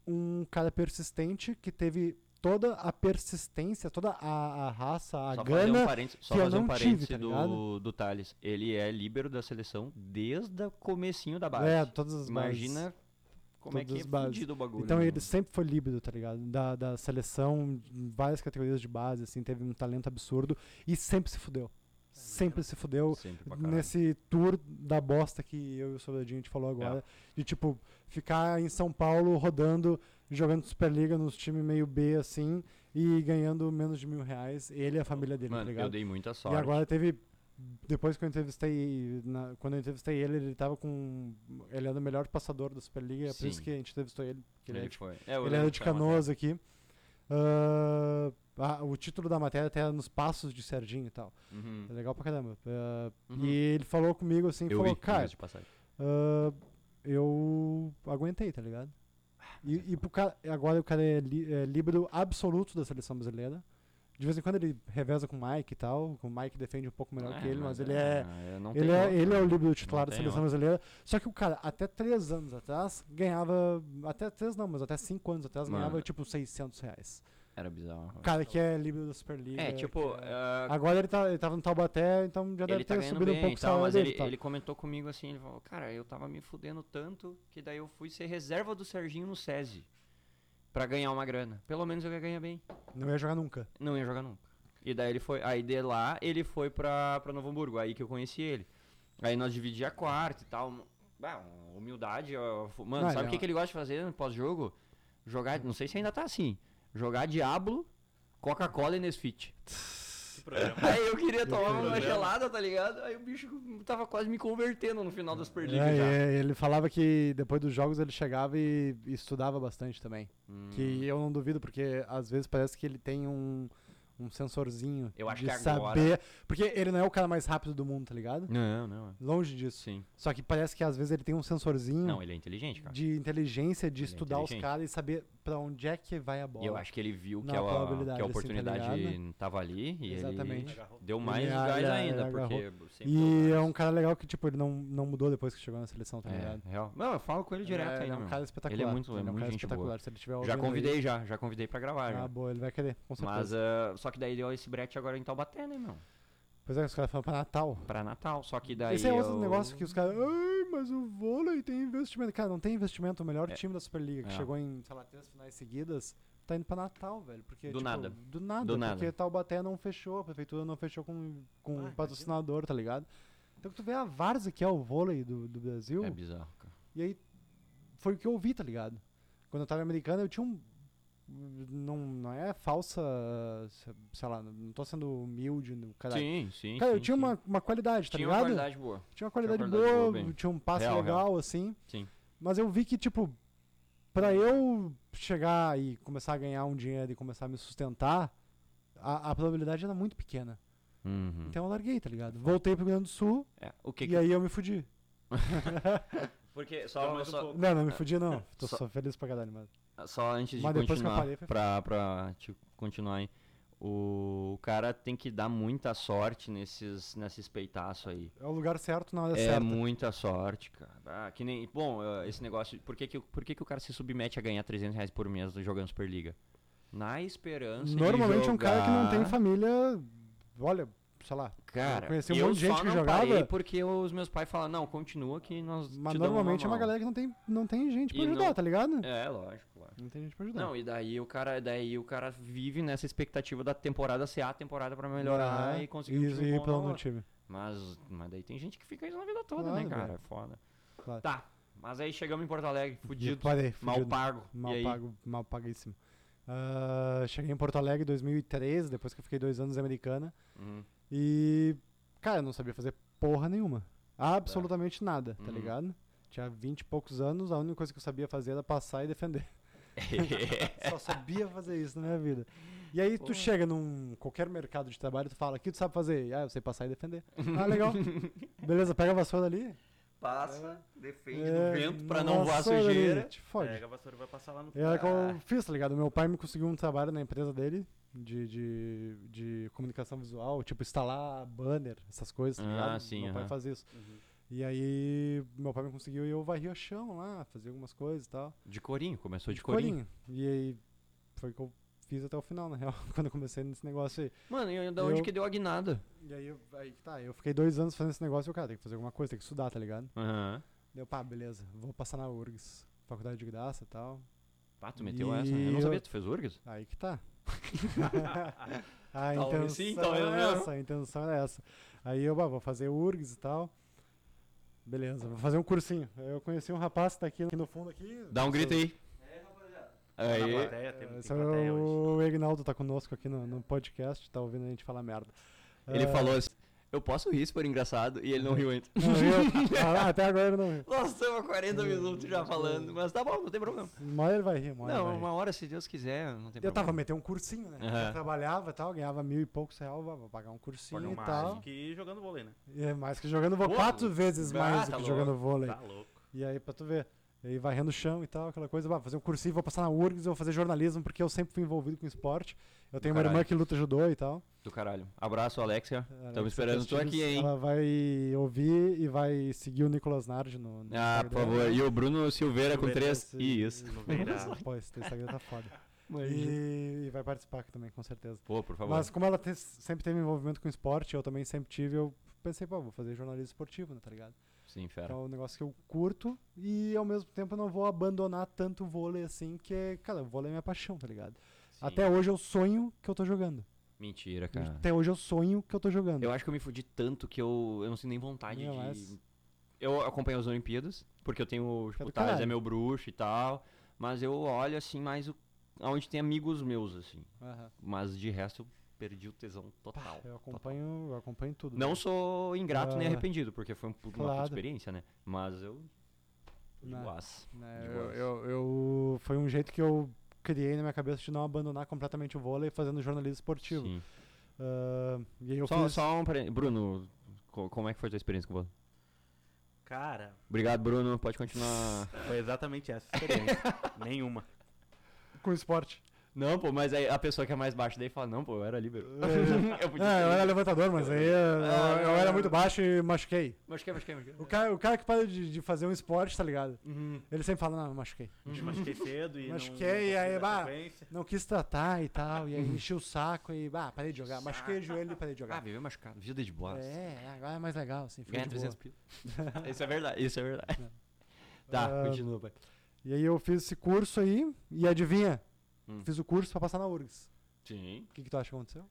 um cara persistente que teve toda a persistência, toda a, a raça, a
Só fazer um
gana.
parêntese, só
que eu
fazer um
não tive,
parêntese
tá
do,
ligado?
do Thales. Ele é líbero da seleção desde o comecinho da base.
É, todas as bases.
Imagina como é
Todas
que é
as bases.
fudido o bagulho.
Então
né,
ele
mano?
sempre foi líbido, tá ligado? Da, da seleção, em várias categorias de base, assim, teve um talento absurdo e sempre se fudeu. Sempre se fudeu.
Sempre É, pra caralho. É.
nesse tour da bosta que eu e o Sobradinho a gente falou agora. De tipo, ficar em São Paulo rodando, jogando Superliga nos times meio B assim e ganhando menos de mil reais. Ele e a família dele, tá
Mano, eu
ligado?
dei muita
E
sorte.
agora teve. Depois que eu entrevistei. na- quando eu entrevistei ele, ele tava com. Ele era o melhor passador da Superliga, é por isso
Sim.
que a gente entrevistou ele. que ele, é
ele
de-
foi. É, eu
ele
lembro
era
que
de
foi uma-
Canoas aqui. Ah, ah, o título da matéria até era nos passos de Serginho e tal.
Uhum.
É legal pra caramba. Ah,
Uhum.
E ele falou comigo assim,
Eu
falou,
vi,
cara,
diga-se de passagem.
ah, eu aguentei, tá ligado? E, e pro cara, agora o cara é, li, é líbero absoluto da seleção brasileira. De vez em quando ele reveza com o Mike e tal, o Mike defende um pouco melhor que
É,
ele, mas ele é,
é. não
ele
tem
é,
outro,
ele é
né?
o líbero titular
Não
da
tem
seleção brasileira. Só que o cara, até três anos atrás, ganhava. Até três não, mas até cinco anos atrás,
Mano.
ganhava tipo 600 reais.
Era bizarro.
O cara que é líbero da Superliga.
É, tipo,
que é-
ah,
Agora ele, tá, ele tava no Taubaté, então já deve
ele tá
ter
ganhando
subido
bem
um pouco
e
o
tal,
salário
mas
dele
ele,
e tal.
ele comentou comigo assim, ele falou, cara, eu tava me fudendo tanto que daí eu fui ser reserva do Serginho no SESI pra ganhar uma grana. Pelo menos eu ia ganhar bem.
Não ia jogar nunca.
Não ia jogar nunca. E daí ele foi, aí de lá ele foi pra, pra Novo Hamburgo, aí que eu conheci ele. Aí nós dividíamos a quarta e tal. Bah, humildade, ó, fu- mano,
Não,
sabe o
ele é
que,
um-
que ele gosta de fazer no pós-jogo? Jogar, não sei se ainda tá assim, jogar Diablo, Coca-Cola e Nesfit.
Que programa.
Aí eu queria tomar uma
programa.
gelada, tá ligado? Aí o bicho tava quase me convertendo no final das
É,
perligas já.
e ele falava que depois dos jogos ele chegava e estudava bastante também.
Hum.
Que eu não duvido, porque às vezes parece que ele tem um, um sensorzinho
Eu acho
de
que é agora-
saber. Porque ele não é o cara mais rápido do mundo, tá ligado?
Não, não, é.
Longe disso.
Sim.
Só que parece que às vezes ele tem um sensorzinho
Não, ele é inteligente, cara.
de inteligência de
Ele é
estudar os
inteligente.
caras e saber pra onde é que vai a bola.
E eu acho que ele viu que,
Na
a,
probabilidade,
que a
assim, tá
oportunidade
ligado?
tava ali e
Exatamente.
Agarrou.
ele deu mais
Ele
gás
olha,
ainda,
ele
porque sempre
E é
deu
um cara legal que, tipo, ele não, não mudou depois que chegou na seleção, tá
gás.
ligado?
É, real. Não, eu falo com ele direto
é,
ainda,
ele é um
meu.
cara espetacular.
muito- é
um
muito
cara
gente boa.
espetacular. Se ele tiver
Já
ouvindo
convidei,
aí-
já. Já convidei pra gravar, já.
Ah, boa, ele vai querer, com certeza.
Mas, ah, só que daí deu esse brete agora em Taubaté, né, meu?
Pois é, os caras falam pra Natal.
Pra Natal. Só que daí
Esse é outro
eu-
negócio que os caras. Ai, mas o vôlei tem investimento. Cara, não tem investimento. O melhor
É.
time da Superliga, que
É.
chegou em, sei lá, três finais seguidas, tá indo pra Natal, velho. Porque,
Do
tipo,
nada.
Do nada.
Do
Porque
nada.
Taubaté não fechou, a prefeitura não fechou com, com um
Ah, imagina.
patrocinador, tá ligado? Então que tu vê a várzea que é o vôlei do, do Brasil.
É bizarro, cara.
E aí foi o que eu ouvi, tá ligado? Quando eu tava em americana, eu tinha um. Não, não é falsa. se- Sei lá, não tô sendo humilde no caralho.
Sim, sim.
Cara, eu
sim,
tinha
sim.
uma, uma qualidade, tá
Tinha uma
ligado?
qualidade boa.
tinha uma qualidade
qualidade boa,
boa,
bem.
tinha um passe
Real,
legal, assim.
Sim.
Mas eu vi que, tipo, pra eu chegar e começar a ganhar um dinheiro e começar a me sustentar, a, a probabilidade era muito pequena.
Uhum.
Então eu larguei, tá ligado? Voltei pro Rio Grande do Sul
É, o que
e
que-
aí eu me fudi.
Porque só,
mais um
só-
pouco.
Não, não me fudi não. Tô
Só-
só feliz pra caralho, mano.
Só antes de
Mas depois que eu
continuar,
parei, foi
pra, pra te continuar, hein? O, o cara tem que dar muita sorte nesses, nesses peitaços aí.
É o lugar certo na hora
É
certa.
muita sorte, cara. Ah, que nem, bom, eh, esse negócio, por que que, o- por que que o cara se submete a ganhar 300 reais por mês jogando Superliga? Na esperança de
Normalmente é um cara que não tem
jogar-
família. Olha, sei lá.
Cara,
Eu conheci um
eu
monte de gente
só
que
não
jogava.
parei porque os meus pais falaram, não, continua que nós
Mas
te damos
normalmente é uma
mão."
galera que não tem, não tem gente pra
E
ajudar,
não-
tá ligado?
É, lógico, lógico.
Não tem gente pra ajudar.
Não, e daí o cara, daí o cara vive nessa expectativa da temporada ser a temporada pra melhorar
Aham.
e conseguir um time
Ah, e ir
bom
pra
na
um
hora.
time.
Mas, mas daí tem gente que fica isso na vida toda,
Claro,
né, cara?
velho.
É foda.
Claro.
Tá, mas aí chegamos em Porto Alegre, fudido,
Parei,
mal
fudido.
pago.
Mal
e aí?
pago, mal paguíssimo. Ah, cheguei em Porto Alegre em 2013, depois que eu fiquei dois anos em Americana.
Uhum.
E, cara, eu não sabia fazer porra nenhuma. Absolutamente nada, tá
Uhum.
ligado? Tinha 20 e poucos anos, a única coisa que eu sabia fazer era passar e defender. Só sabia fazer isso na minha vida. E aí tu chega num qualquer mercado de trabalho, tu fala, o que tu sabe fazer? Ah, eu sei passar e defender. Ah, legal. Beleza, pega a vassoura ali.
Passa, defende
É,
do vento pra não voar
vassoura ali,
sujeira.
Te fode.
Pega a vassoura e vai passar lá no...
E era o que
Ah.
eu fiz, tá ligado? Meu pai me conseguiu um trabalho na empresa dele de, de, de comunicação visual, tipo instalar banner, essas coisas, tá
Ah,
ligado?
sim,
meu pai
aham.
faz isso.
Uhum.
E aí meu pai me conseguiu e eu varria chão lá, fazia algumas coisas e tal.
De corinho, começou de, corinho.
E aí foi o que eu fiz até o final, na real, quando eu comecei nesse negócio aí.
Mano, e da onde
Eu-
que deu a guinada?
E aí, eu, aí que tá, eu fiquei dois anos fazendo esse negócio e eu, cara, tem que fazer alguma coisa, tem que estudar, tá ligado?
Aham.
Deu, pá, beleza, vou passar na URGS, faculdade de graça e tal.
Pá, tu meteu essa, né? Eu
E
não sabia,
eu-
tu fez urgas?
Aí que tá. a
Tá
intenção
Talvez sim, talvez
era
não.
essa, a intenção era essa. Aí eu bah, vou fazer URGS e tal. Beleza, vou fazer um cursinho. Aí Eu conheci um rapaz que tá aqui, aqui no fundo aqui.
Dá um grito aí.
Tá na
Aí.
plateia, tem, tem
Esse é
plateia hoje.
o Egnaldo tá conosco aqui no, no podcast, tá ouvindo a gente falar merda.
Ele
Ah,
falou assim, eu posso rir se for engraçado, e ele não riu ainda.
não, eu- ah, até agora ele não riu.
Nós estamos há 40 minutos já falando, mas tá bom, não tem problema.
Uma hora ele vai rir, uma hora ele
Não,
vai rir.
uma hora, se Deus quiser, não tem
Eu tava
problema.
metendo um cursinho, né?
Aham.
Eu trabalhava e tal, ganhava mil e poucos real, vá, vou pagar um cursinho
Paga
e
mais
tal.
que jogando vôlei, né?
E é mais que jogando vôlei,
Pô,
quatro vezes
ah,
mais
tá
do
louco,
que jogando vôlei.
Tá louco.
E aí, pra tu ver. E aí, varrendo o chão e tal, aquela coisa. Bah, fazer um cursinho, vou passar na URGS, vou fazer jornalismo, porque eu sempre fui envolvido com esporte. Eu tenho uma irmã
caralho.
que luta judô e tal.
Do caralho. Abraço, Alexia.
Ela
Tamo
que
esperando tu
assiste
aqui,
isso.
hein?
Ela vai ouvir e vai seguir o Nicolas Nardi no, no
Ah,
Instagram.
por favor. E o Bruno Silveira com
Silveira,
três.
esse-
Isso.
Não vem dar.
Pô, esse teu Instagram tá foda. e, e vai participar aqui também, com certeza.
Pô, por favor.
Mas como ela te- sempre teve envolvimento com esporte, eu também sempre tive, eu pensei, pô, vou fazer jornalismo esportivo, né, tá ligado?
Sim,
Que é
fera.
um negócio que eu curto e ao mesmo tempo eu não vou abandonar tanto o vôlei assim, que, cara, o vôlei é minha paixão, tá ligado?
Sim.
Até hoje eu sonho que eu tô jogando.
Mentira, cara.
Até hoje eu sonho que eu tô jogando.
Eu acho que eu me fudi tanto que eu, eu não sinto nem vontade
Meu,
de.
mas-
Eu acompanho as Olimpíadas, porque eu tenho.
É
Tipo,
do
o Thales é
caralho.
meu bruxo e tal. Mas eu olho assim mais o, onde tem amigos meus, assim.
Aham.
Mas de resto eu perdi o tesão total.
Eu acompanho, eu acompanho tudo.
Não sou ingrato nem
né? Ah.
arrependido, porque foi um pu- uma puta
Claro.
experiência, né? Mas eu.
Né.
Iguaz.
Né,
de
eu,
boas.
eu, eu- foi um jeito que eu criei na minha cabeça de não abandonar completamente o vôlei fazendo jornalismo esportivo.
Sim.
Ah, e aí eu
Só,
fiz...
só um pre... Bruno, co- como é que foi a tua experiência com o vôlei?
Cara,
Obrigado, Bruno. Pode continuar.
foi exatamente essa experiência. Nenhuma.
com esporte.
não, pô, mas aí a pessoa que é mais baixa daí fala, não, pô, eu era líbero. eu podia É. ser
É, eu era
líbero.
levantador, mas aí eu,
Ah,
eu era muito baixo e machuquei.
Mas que, mas que, mas que.
O cara, o cara que para de, de fazer um esporte, tá ligado?
Uhum.
Ele sempre fala, não, eu machuquei.
Me machuquei cedo e
Uhum. Machuquei,
não, não
aí,
consegui dar
bah.
sequência.
Não quis tratar e tal, e aí enchi o saco e, ah, parei de jogar. Machuquei o joelho e parei de
Uhum. Ah,
jogar.
viveu machucado. Vida de bosta.
É, agora é mais legal, assim, fica
Ganha
de
300
boa.
pila. isso é verdade, isso é verdade. tá,
Ah,
continua, pai.
E aí eu fiz esse curso aí, e adivinha?
Hum.
Fiz o curso pra passar na URGS.
Sim.
O que, que tu acha que aconteceu?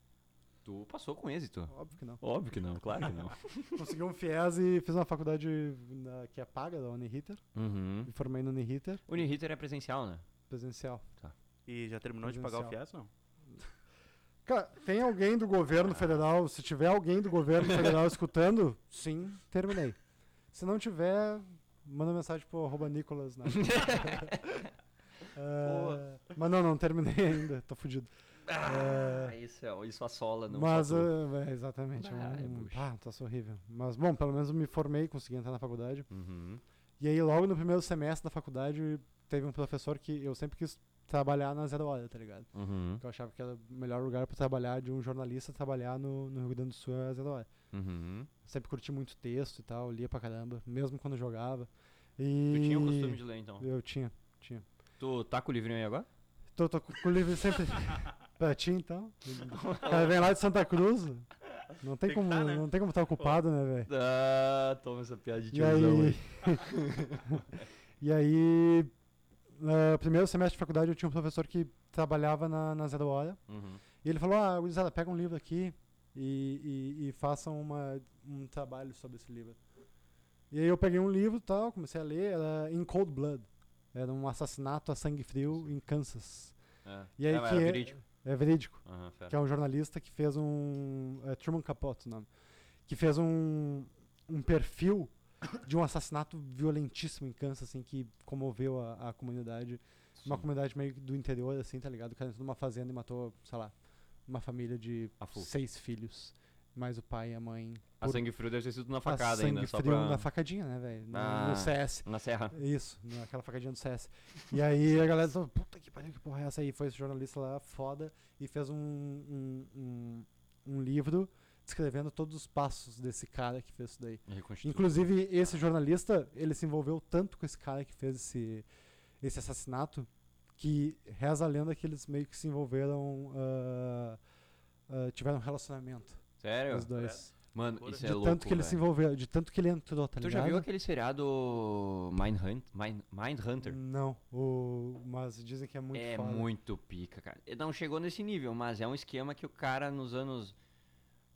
Tu passou com êxito.
Óbvio que não.
Óbvio que não, claro que não.
Consegui um FIES e fiz uma faculdade na- que é paga, da Uniriter.
uhum.
Me formei no Uniriter,
Uniriter é presencial, né?
presencial.
E já terminou de pagar o
Presencial.
fias, não?
Cara, tem alguém do governo federal, se tiver alguém do governo federal escutando, sim, terminei. Se não tiver, manda mensagem pro arroba Nicolas. Né? Ah, mas não, não terminei ainda, tô fudido. Ah,
Ah, isso, é, isso assola, não.
Mas,
só tu.
ah, é, exatamente. é
Ah, é
um,
bucha.
ah, um troço horrível. Mas, bom, pelo menos eu me formei, consegui entrar na faculdade.
Uhum.
E aí, logo no primeiro semestre da faculdade, teve um professor que eu sempre quis trabalhar na zero hora, tá ligado?
Uhum.
Porque eu achava que era o melhor lugar pra trabalhar, de um jornalista trabalhar no, no Rio Grande do Sul, é era zero hora.
Uhum.
Sempre curti muito texto e tal, lia pra caramba, mesmo quando jogava. E
Tu tinha o costume de ler, então.
Eu tinha, tinha.
Tu
Então,
tá com o livrinho aí agora?
Tô, tô com o livro sempre pra ti, então. O cara vem lá de Santa Cruz. Não tem,
Tem que
como,
tá, né?
não tem como estar ocupado, né, velho?
Ah, toma essa piada de
E
tiozão
aí,
aí.
e aí no primeiro semestre de faculdade, eu tinha um professor que trabalhava na, na Zero Hora.
Uhum.
E ele falou, ah, gurizada, pega um livro aqui e, e, e façam uma, um trabalho sobre esse livro. E aí eu peguei um livro e tal, comecei a ler, era In Cold Blood. Era um assassinato a sangue frio em Kansas.
É.
E aí
Ah, mas
que
era
é-
verídico.
É verídico.
Aham, fera.
que é um jornalista que fez um. É Truman Capote o nome. Que fez um, um perfil de um assassinato violentíssimo em Kansas, assim, que comoveu a, a comunidade. Uma comunidade meio que do interior, assim, tá ligado? O cara entrou numa fazenda e matou, sei lá, uma família de
A fu.
seis filhos. Mais o pai e a mãe.
A
por-
sangue frio deve ter sido na
a
facada
sangue
ainda, só
frio
pra...
na facadinha, né, velho? No, no
Ah.
CS.
Na serra.
Isso, naquela facadinha do CS. E aí a galera falou, puta que pariu, que porra é essa aí? Foi esse jornalista lá, foda, e fez um, um, um, um livro descrevendo todos os passos desse cara que fez isso daí.
Reconstitui.
Inclusive, esse jornalista, ele se envolveu tanto com esse cara que fez esse, esse assassinato, que reza a lenda que eles meio que se envolveram, ah, ah, tiveram um relacionamento,
Sério?
os dois.
Mano, É, isso
De
é
de
louco,
tanto que ele se
velho.
envolveu, de tanto que ele entrou, tá
Tu
ligado?
já viu aquele seriado Mindhunt, Mind, Mindhunter?
Não, o, mas dizem que é Hum, muito
é
foda.
muito pica, cara. E Não chegou nesse nível, mas é um esquema que o cara nos anos...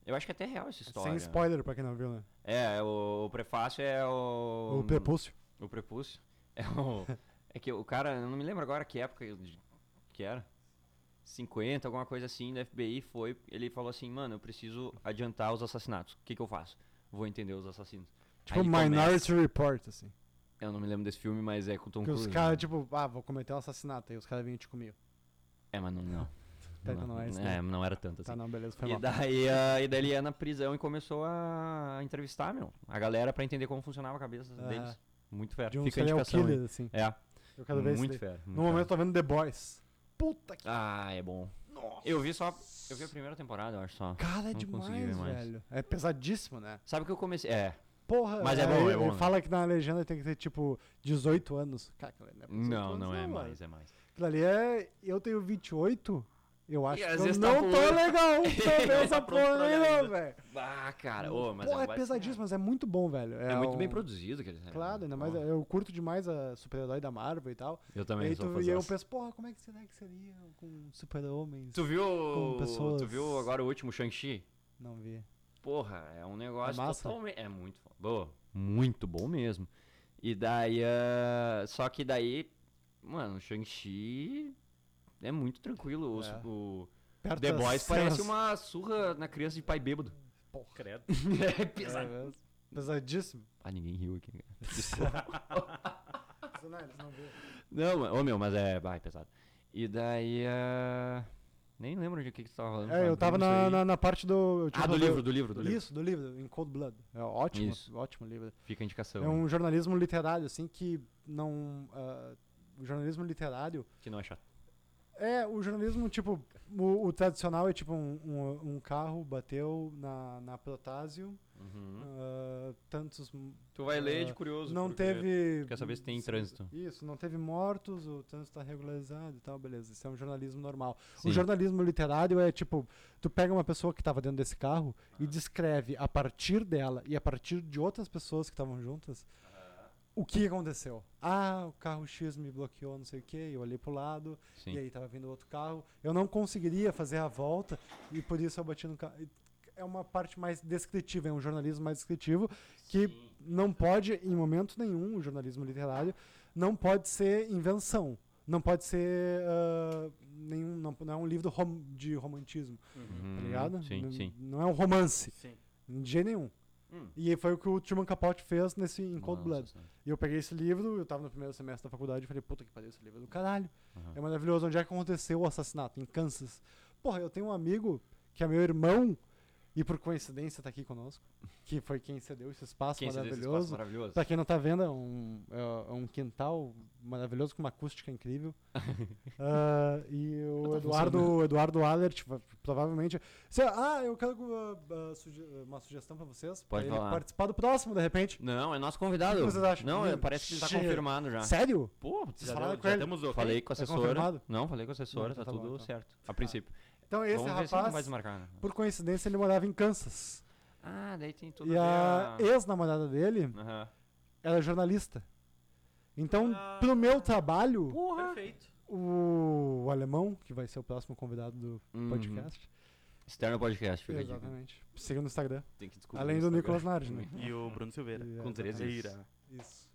Eu acho que é até real essa história.
Sem spoiler pra quem não viu, né?
É, o, o prefácio é o...
o prepúcio.
O prepúcio. É o... É que o cara, eu não me lembro agora que época de- que era. 50, alguma coisa assim, da FBI foi. Ele falou assim, mano, eu preciso adiantar os assassinatos. O que, que eu faço? Vou entender os assassinos.
Tipo,
Aí ele começa-
Minority Report, assim.
Eu não me lembro desse filme, mas é com o Tom
que os
Cruise.
caras,
né?
tipo, ah, vou cometer um assassinato. Aí os caras vinham te comigo.
É, mas não. não.
Tá, então não é esse, né?
não era tanto assim.
Tá, não, beleza, foi
E
mal.
daí, ah, e daí ele ia na prisão e começou a entrevistar, meu, a galera pra entender como funcionava a cabeça
Aham.
deles. Muito fera.
É. De um
Fica a
serial
indicação.
killer,
aí.
assim.
É,
Eu quero ver
muito
isso.
fera. muito
No
fera.
momento eu tô vendo The Boys. Puta que...
Ah, é bom. Eu vi só. Eu vi a primeira temporada, eu acho só.
Cara, é
não consegui ver
demais,
mais.
velho. É pesadíssimo, né?
Sabe que eu comecei. É.
Porra,
Mas é
aí
bom, é
ele
bom, né?
fala que na legenda tem que ter, tipo, 18 anos. Cara, aquilo ali não é pra 18
Não,
anos,
não é
mano.
mais, é mais.
Aquilo ali é... Eu tenho 28, eu acho
às
que eu
vezes tá
não tô
puro.
legal pra ver essa
Tá pronto
porra
pra
aí,
olhar
não,
ainda.
velho.
Ah, cara. ô, mas
Porra,
um
é
baita-
pesadíssimo, mas é muito bom, velho.
É muito bem É
um-
produzido aquele seriado,
Claro, ainda mais
Porra.
eu curto demais a super-herói da Marvel e tal.
Eu
e,
também
aí
sou
tu, e aí eu
fãzaço.
penso, porra, como é que será que seria com super-homens?
Tu viu.
com pessoas-
Tu viu agora o último Shang-Chi?
Não vi.
Porra, é um negócio
É massa?
totalmente. É muito fo- bom. Muito bom mesmo. E daí. ah, Só que daí. Mano, o Shang-Chi é muito tranquilo. O,
É.
o
Perto
The
das
Boys parece
cenas-
uma surra na criança de pai bêbado.
Credo.
é
É,
pesado.
mesmo. Pesadíssimo.
Ah, ninguém riu aqui. cara.
não, eles não viram.
Não, mas- ô meu, mas é. Vai, pesado. E daí. ah, Nem lembro de que, que você tava falando.
É, eu tava
Não
na,
sei.
na, na parte do... eu tinha
Ah, do
falado-
livro, do livro, do livro.
Isso, do livro, em Cold Blood. É ótimo,
Isso. Então.
ótimo livro.
Fica a indicação.
É
aí,
um jornalismo literário, assim, que não... ah, o jornalismo literário
Que não é chato.
É, o jornalismo, tipo, o, o tradicional é tipo um, um, um carro bateu na, na Protásio,
Hum?
ah, tantos.
Uhum. Tu vai ler de
Ah,
curioso.
Não
porque é
teve.
Quer saber se tem trânsito.
Isso, não teve mortos, o trânsito tá regularizado e tal, beleza. Isso é um jornalismo normal.
Sim.
O jornalismo literário é tipo, tu pega uma pessoa que tava dentro desse carro e descreve a partir dela e a partir de outras pessoas que estavam juntas o que aconteceu. Ah, o carro X me bloqueou, não sei o quê, eu olhei pro lado.
Sim.
E aí tava vindo outro carro. Eu não conseguiria fazer a volta e por isso eu bati no carro. E É uma parte mais descritiva, é um jornalismo mais descritivo que não pode, em momento nenhum, o jornalismo literário não pode ser invenção. Não pode ser ah, nenhum, não, não é um livro rom- de romantismo,
Uhum.
tá ligado?
Hum, Sim,
N-
sim.
Não é um romance,
Sim.
de jeito nenhum.
Hum.
E foi o que o Truman Capote fez nesse em
Nossa
Cold Blood.
Senhora.
E eu peguei esse livro, eu tava no primeiro semestre da faculdade e falei, puta que pariu, esse livro é do caralho.
Aham.
É maravilhoso. Onde é que aconteceu o assassinato? Em Kansas. Porra, eu tenho um amigo que é meu irmão e por coincidência tá aqui conosco, que foi quem cedeu esse espaço
Quem se deu esse espaço
maravilhoso.
maravilhoso?
Pra quem não tá vendo, é um, é um quintal maravilhoso com uma acústica incrível. Ah, e o Eduardo, Eduardo Allert, va- provavelmente. Se- ah, eu quero ah, ah, suge- uma sugestão pra vocês.
Pode
pra ele
falar.
participar do próximo, de repente.
Não, é nosso
O
convidado.
que vocês acham?
Não, é-
Hum,
parece que ele tá
cheiro.
confirmado já.
Sério?
Pô,
Vocês
Já,
falaram
deu,
com
já
ele?
temos outro.
falei com a
Tá
assessora.
confirmado?
não, falei com a assessora,
Não,
tá,
então tá
tudo
bom, então.
certo. A princípio.
Então esse
Vamos ver se não vai
rapaz,
desmarcar. né?
por coincidência, ele morava em Kansas.
Ah, daí tem tudo ah.
e a
a ver a-
ex-namorada dele
Aham.
era jornalista. Então,
Ah.
pro meu trabalho,
Perfeito.
o, o alemão, que vai ser o próximo convidado do
Uhum.
podcast,
Externo podcast, fica a dica.
Exatamente. Siga no Instagram.
Tem que descobrir
Além
isso
do
agora.
Nicolas Nardi, né?
E o Bruno Silveira.
E-
Com 13.
exatamente. Isso.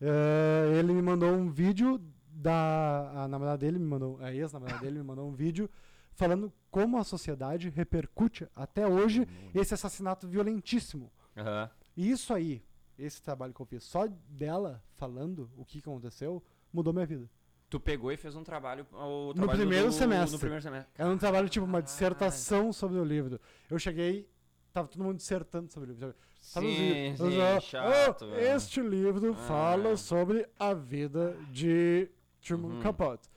É, ele me mandou um vídeo da. A namorada dele me mandou. A ex-namorada dele me mandou um vídeo falando como a sociedade repercute até hoje esse assassinato violentíssimo.
Aham.
E isso aí, esse trabalho que eu fiz só dela falando o que aconteceu, mudou minha vida.
Tu pegou e fez um trabalho. O
No
trabalho do-
primeiro
do-
semestre.
No primeiro semestre.
Era um trabalho tipo uma
Caralho.
dissertação sobre o livro. Eu cheguei, tava todo mundo dissertando sobre o livro. Sabe os
Sim,
livros?
sim,
Ah,
chato.
ah,
é.
este livro
Ah.
fala sobre a vida de Truman
Uhum.
Capote.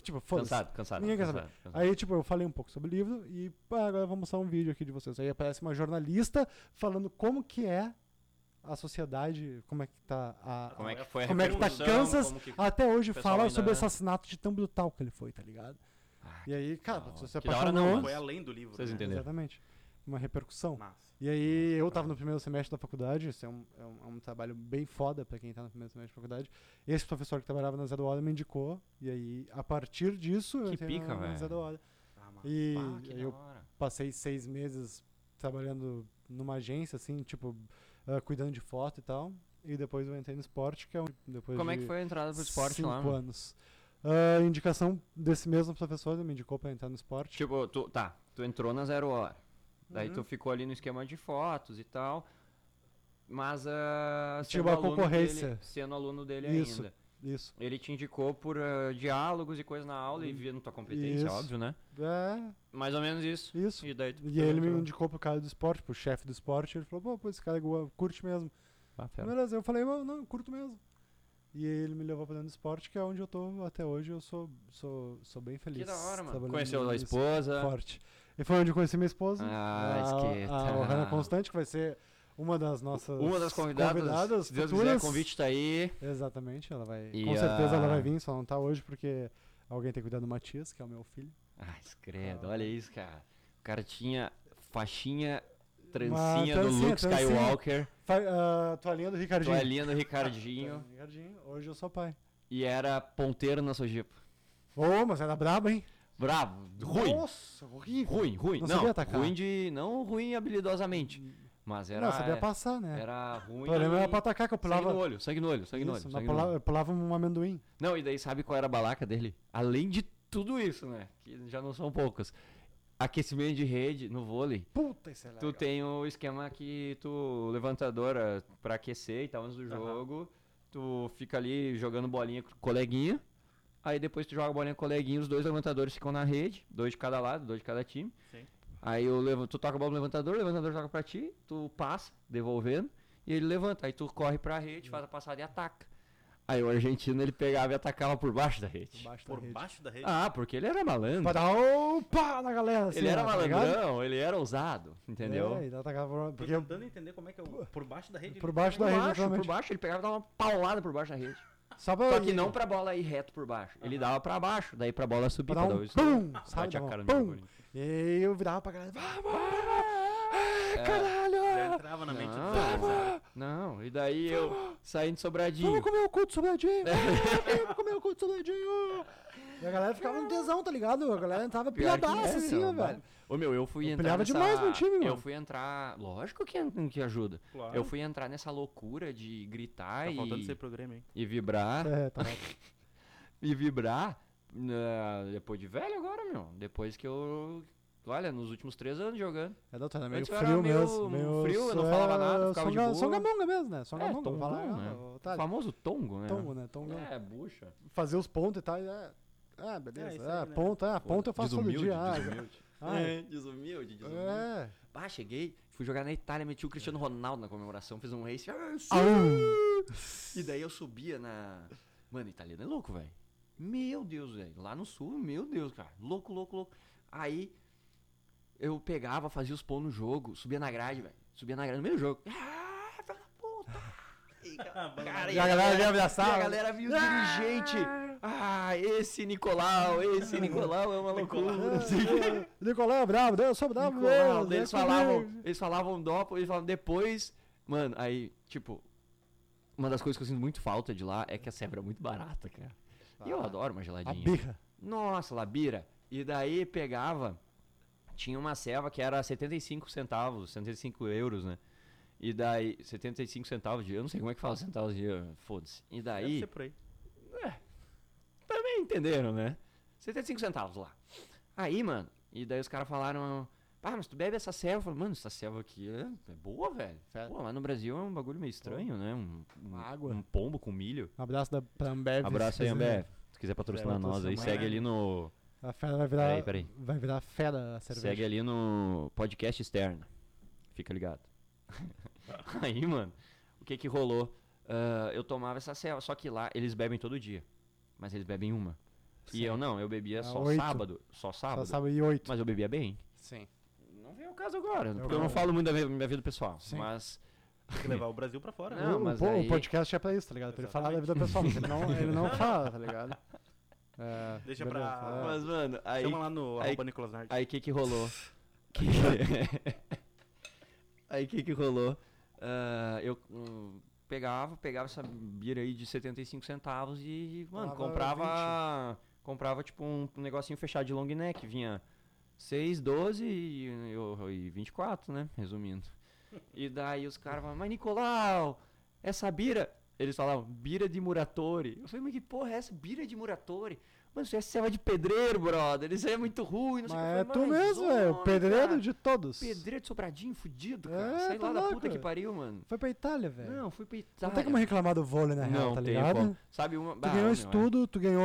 Tipo, foda-se.
Cansado, cansado.
Ninguém quer
cansado, cansado.
Aí, tipo, eu falei um pouco sobre o livro e pá, agora vamos mostrar um vídeo aqui de vocês. Aí aparece uma jornalista falando como que é a sociedade, como é que tá a...
Como é
a-
que foi a
como é que tá
repercussão,
Kansas?
como que-
Até hoje
o pessoal
fala
ainda- é.
sobre o assassinato de tão brutal que ele foi, tá ligado?
Ah,
E aí, cara,
da hora.
você se
Que da hora não,
apaixonou.
mas-
Foi além do livro.
Vocês
né?
entenderam.
Exatamente. Uma repercussão.
Massa.
E aí, eu tava no primeiro semestre da faculdade, isso é um, é um, é um trabalho bem foda pra quem tá no primeiro semestre da faculdade. Esse professor que trabalhava na Zero Hora me indicou, e aí, a partir disso, eu
Que
entrei
pica,
na, na
velho.
Zero Hora.
Ah, massa.
E
Ah, que
aí
da
eu
hora.
passei seis meses trabalhando numa agência, assim, tipo, ah, cuidando de foto e tal. E depois eu entrei no esporte, que é um... Depois
Como é que
de
foi a entrada pro esporte
cinco
lá? né? mano?
anos. Ah, indicação desse mesmo professor, ele me indicou pra entrar no esporte.
Tipo, tu, tá, tu entrou na zero hora. Daí
Uhum.
tu ficou ali no esquema de fotos e tal. Mas ah,
Tinha
sendo
uma
aluno
concorrência.
dele- sendo aluno dele
Isso.
ainda.
Isso.
Ele te indicou por ah, diálogos e coisa na aula e via na tua competência,
Isso.
óbvio, né?
É,
Mais ou menos isso.
isso.
E né? daí tu
E aí ele me
entrou.
indicou pro cara do esporte, pro chefe do esporte, ele falou, pô, pô, esse cara go- curte mesmo.
Ah, fera.
Beleza, eu falei, "Não, não, curto mesmo. E aí ele me levou pra dentro do esporte, que é onde eu tô até hoje, eu sou, sou, sou bem feliz.
Que da hora, mano.
trabalhando
Conheceu a
nesse
esposa.
Forte. E foi onde eu conheci minha esposa,
Ah, esqueta.
a, a Ohana Constante, que vai ser uma das nossas
Uma das convidadas.
convidadas
se Deus quiser,
futuras.
o convite tá aí.
Exatamente, ela vai,
E
com certeza ela
a-
vai vir, só não tá hoje porque alguém tem que cuidar do Matias, que é o meu filho.
Ah, credo,
Ah.
olha isso, cara. O cara tinha faixinha,
Uma
trancinha do
trancinha,
Luke
trancinha.
Skywalker,
Fa ah, toalhinha do Ricardinho. Ah,
toalhinha do Ricardinho
Toalhinha do Ricardinho, hoje eu sou pai.
e era ponteiro na sua jipa.
Ô, mas era braba, hein?
Bravo, ruim,
Nossa, horrível.
ruim, ruim.
Não
Não,
sabia atacar.
ruim de... Não ruim habilidosamente, mas era... é,
não, sabia passar, né?
Era ruim
o problema
e-
era pra atacar, que eu
Sangue
pulava.
no olho, sangue no olho, sangue no olho.
Isso, mas
sangue no
pula-
olho.
eu pulava um amendoim.
Não, e daí sabe qual era a balaca dele? Além de tudo isso, né, que já não são poucas. Aquecimento de rede no vôlei.
Puta, isso é legal.
Tu tem o esquema que tu levantadora eh, pra aquecer e tal antes do
Aham.
jogo. Tu fica ali jogando bolinha com o coleguinha. Aí depois tu joga bolinha com o coleguinha, os dois levantadores ficam na rede, dois de cada lado, dois de cada time.
Sim.
Aí eu levo, tu toca a bola no levantador, o levantador joga pra ti, tu passa, devolvendo, e ele levanta. Aí tu corre pra rede, faz a passada e ataca. Aí o argentino ele pegava e atacava por baixo da rede.
Embaixo da
Por
rede.
baixo da rede.
Ah, porque ele era malandro.
Pra dar o pá na galera. assim,
Ele era
ó, tá ligado?
malandrão, ele era ousado, entendeu?
É, ele atacava por-
Tô
porque eu-
tentando entender como é que é o... Por baixo da rede.
por baixo da
por
rede,
baixo, por
exatamente.
baixo, ele pegava e dava uma paulada por baixo da rede.
Só pra,
Só que não pra bola ir reto por baixo. Ele dava pra baixo, daí pra bola subir.
pra dar
pra
um
isso, né?
pum, sabe?
Bate
Dar
a
um
cara no
pum.
microfone.
E aí eu virava pra galera, vamos!
É.
Ah,
Já
Caralho!
entrava na mente do
Não. é
adversário.
Não, e daí eu saindo sobradinho.
Vamos comer o cu do sobradinho!
É.
Vamos comer o cu do sobradinho! E a galera ficava um tesão, tá ligado? A galera entrava
Pior que
pilhadaça
é,
assim,
seu,
ó, velho.
Ô meu, eu fui
Eu
entrar.
pilhava
nessa-
demais no time, mano.
Eu fui entrar. Lógico que, que ajuda.
Claro.
Eu fui entrar nessa loucura de gritar
Tá faltando ser
e,
programa, hein?
e vibrar.
É, tá.
E vibrar. né, depois de velho agora, meu. Depois que eu Olha, nos últimos três anos jogando.
É, doutor, era meio
Antes eu
frio
era meio
mesmo. Meio
frio, eu não falava nada,
eh,
ficava de
songa-
boa.
Songamonga mesmo, né? Songamonga,
tongão,
falar,
né?
ah, ô,
O
otário,
famoso tongo, né?
tongo, né? Tongo.
É, bucha.
Fazer os pontos e tal, e é... Ah, beleza.
É, isso
ah,
aí, né?
ponto, ah, ponto eu faço todo
desumilde,
dia. ah,
desumilde.
ah,
É, desumilde, desumilde.
é.
Ah, cheguei, fui jogar na Itália, meti o Cristiano Ronaldo na comemoração, fiz um race. ah, sim. E daí eu subia na. Mano, italiano é louco, velho. Meu Deus, velho. Lá no sul, meu Deus, cara. Louco, louco, louco. Aí eu pegava, fazia os pão no jogo, subia na grade, velho. Subia na grade no meio do jogo. Ah, filha da puta! E,
Ah,
cara,
E a galera vinha né?"
e
abraçar.
a galera viu o dirigente. Ah, esse Nicolau, esse Nicolau é uma loucura. não sei o quê.
Nicolau é brabo, eu sou brabo
Nicolau,
mesmo.
eles
é comigo.
falavam, eles falavam dopo, eles falavam depois. Mano, aí, tipo, uma das coisas que eu sinto muito falta de lá é que a cebra é muito barata, cara. E eu adoro uma
Ah, A
geladinha.
birra.
Nossa, labira. E daí pegava, tinha uma ceva que era 75 centavos, 75 euros, né? E daí, 75 centavos de. Eu não sei como é que fala centavos de. euro, Foda-se. E
Deve
daí.
ser por aí.
Também entenderam, né? 75 centavos lá. Aí, mano, e daí os caras falaram, pá, mas tu bebe essa selva? Eu falei, mano, essa selva aqui é, é boa, velho.
É.
Pô, lá no Brasil é um bagulho meio estranho, né? Um, um,
Uma água.
um pombo com milho.
Um abraço da, pra Ambev.
Abraço aí,
se quiser.
Ambev. Se quiser patrocinar nós aí,
patrocinar,
segue
né?
ali no.
A fera vai virar.
Peraí, peraí.
Vai virar fera a cerveja.
Segue ali no podcast externo. Fica ligado. aí, mano, o que que rolou? Ah, eu tomava essa selva, só que lá eles bebem todo dia. Mas eles bebem uma. E eu não, eu bebia
Ah,
só
oito.
sábado. Só
Só
sábado.
sabe e oito.
Mas eu bebia bem.
Sim.
Não vem o caso agora, porque eu
agora.
não falo muito da minha minha vida pessoal.
Sim.
Mas.
Tem que levar o Brasil pra fora, né?
Não,
o,
mas
pô,
aí-
o podcast é pra isso, tá ligado? Pra ele falar da vida pessoal, mas ele não, ele não fala, tá ligado? É,
Deixa
beleza,
pra-
é.
Mas, mano, aí.
Chama lá no
aí-
arroba Nicolas Nard.
Aí o que que rolou? Que- aí o que que rolou? Ah, eu hum, pegava, pegava essa bira aí de 75 centavos e, mano,
Comprava
comprava. Comprava, tipo, um negocinho fechado de long neck. Vinha 6, 12 e, e, e 24, né? Resumindo. E daí os caras falavam, mas Nicolau, é essa bira. Eles falavam, bira de Muratori. Eu falei, mas que porra é essa? Bira de Muratori? Mano, isso é selva de pedreiro, brother. Isso aí é muito ruim. Não sei o que.
Mas é
Eu
tu
falei,
mesmo,
homem,
velho.
cara,
Pedreiro de todos.
Pedreiro de sobradinho, fudido, cara.
É,
Sai
tá
lá da
louco,
puta que
velho.
pariu, mano.
Foi pra Itália, velho.
Não, fui pra Itália.
Não tem como reclamar do vôlei, na real,
Não,
tá
tem
ligado?
como. Sabe uma... é,
Tu ganhou estudo, tu ganhou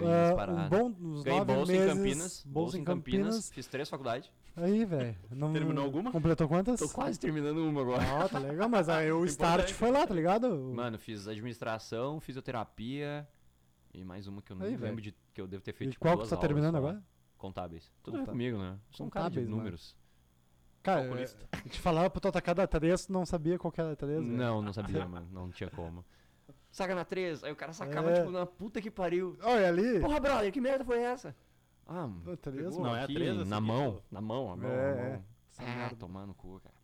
ah, um bom, uns
Ganhei
nove
bolsa
meses,
em Campinas.
Bolsa em Campinas.
Fiz três faculdades.
Aí, velho. não-
Terminou alguma?
Completou quantas?
Tô quase terminando uma agora.
Ó, tá legal, mas aí o start foi lá, tá ligado? O-
Mano, fiz administração, fisioterapia e mais uma que eu não
Aí,
lembro
velho.
de que eu devo ter feito.
E
tipo,
qual que
duas
tu tá
aulas
terminando
só.
agora?
Contábeis. Tudo a ver
Contábeis.
comigo, né? Sou um cara de
Contábeis, mano.
números.
Cara,
Calculista.
eu te falava pra tu atacar da 3, tu não sabia qual que era a 3. velho.
Não, não sabia, mano. Não tinha como. Saca na 3, aí o cara sacava,
É.
tipo, na puta que pariu.
Olha ali.
Porra, brother, que merda foi essa? Ah, mano.
Pô, tá ligado,
Pegou?
mano?
Não, é a
aqui,
três, assim,
na
que
mão,
tu-
na mão, a mão,
É,
a
é.
mão.
Essa
ah,
merda.
tomar no cu, cara.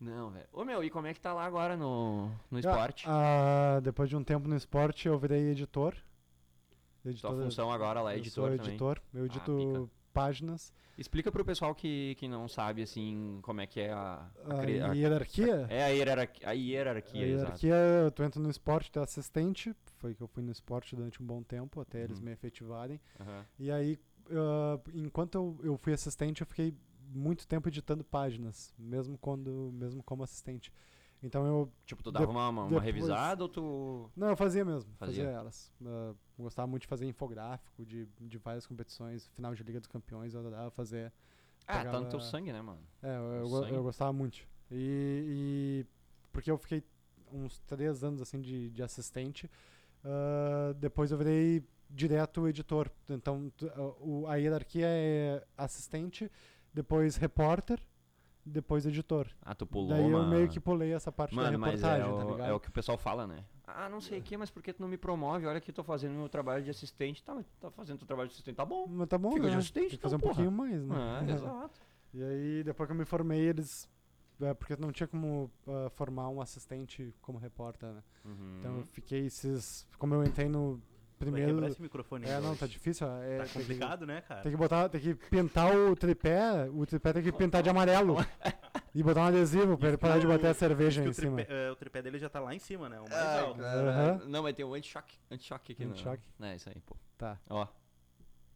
Não, velho. Ô, meu, e como é que tá lá agora no, no esporte?
Ah, ah, depois de um tempo no esporte, eu virei editor. Editor
Tua
da-
função agora lá é
eu
editor
sou
também. Ah,
editor, eu edito páginas.
Explica pro pessoal que, que não sabe, assim, como é que é a... a
A
cri- a-
Ah, hierarquia.
é a hierarquia, a hierarquia,
a
exato.
hierarquia, tu entra no esporte, tu é assistente. Foi que eu fui no esporte durante um bom tempo, até eles
Uhum.
me efetivarem.
Aham.
E aí, ah, enquanto eu, eu fui assistente, eu fiquei muito tempo editando páginas, mesmo quando, mesmo como assistente. Então eu
Tipo, tu dava
De-
uma, uma, uma
depois-
revisada ou tu...
Não, eu fazia mesmo.
Fazia?
Fazia, elas. Ah, gostava muito de fazer infográfico, de, de várias competições, final de Liga dos Campeões, eu adorava fazer.
Ah, tá no
Pegava-
teu sangue, né, mano?
É, eu, eu,
O
go-
sangue.
eu gostava muito. E, e porque eu fiquei uns três anos assim de, de assistente, ah, depois eu virei direto editor. Então tu- ah, o- a hierarquia é assistente, depois repórter, depois editor.
Ah, tu pulou
Daí eu
uma...
meio que pulei essa parte
Mano,
da
mas é
reportagem,
o,
tá ligado?
é o que o pessoal fala, né? Ah, não sei o que, mas por que tu não me promove? Olha que eu tô fazendo meu trabalho de assistente. Tá, mas tá fazendo teu trabalho de assistente, tá bom.
Mas tá bom,
Fica de
né?
assistente,
Tem que fazer
então,
um
porra.
pouquinho mais, né?
Ah, exato.
E aí, depois que eu me formei, eles. é, porque não tinha como ah, formar um assistente como repórter, né?
Uhum.
Então eu fiquei esses. Como eu entrei no
Vai Uhum. quebrar
primeiro.
esse microfone.
É,
aí
não,
hoje.
tá difícil. É,
Tá
tem que-
complicado, né, cara?
Tem que botar, tem que pintar o tripé, o tripé tem que pintar de amarelo. E botar um adesivo pra ele parar de bater a cerveja
Porque
em
o tripé,
cima. Ah,
é, o tripé dele já tá lá em cima,
Ah,
né? O mais
então,
alto.
cara.
Não, mas tem um anti-choque anti-choque aqui,
Anti-choque?
não. É, isso aí, pô.
Tá.
Ó.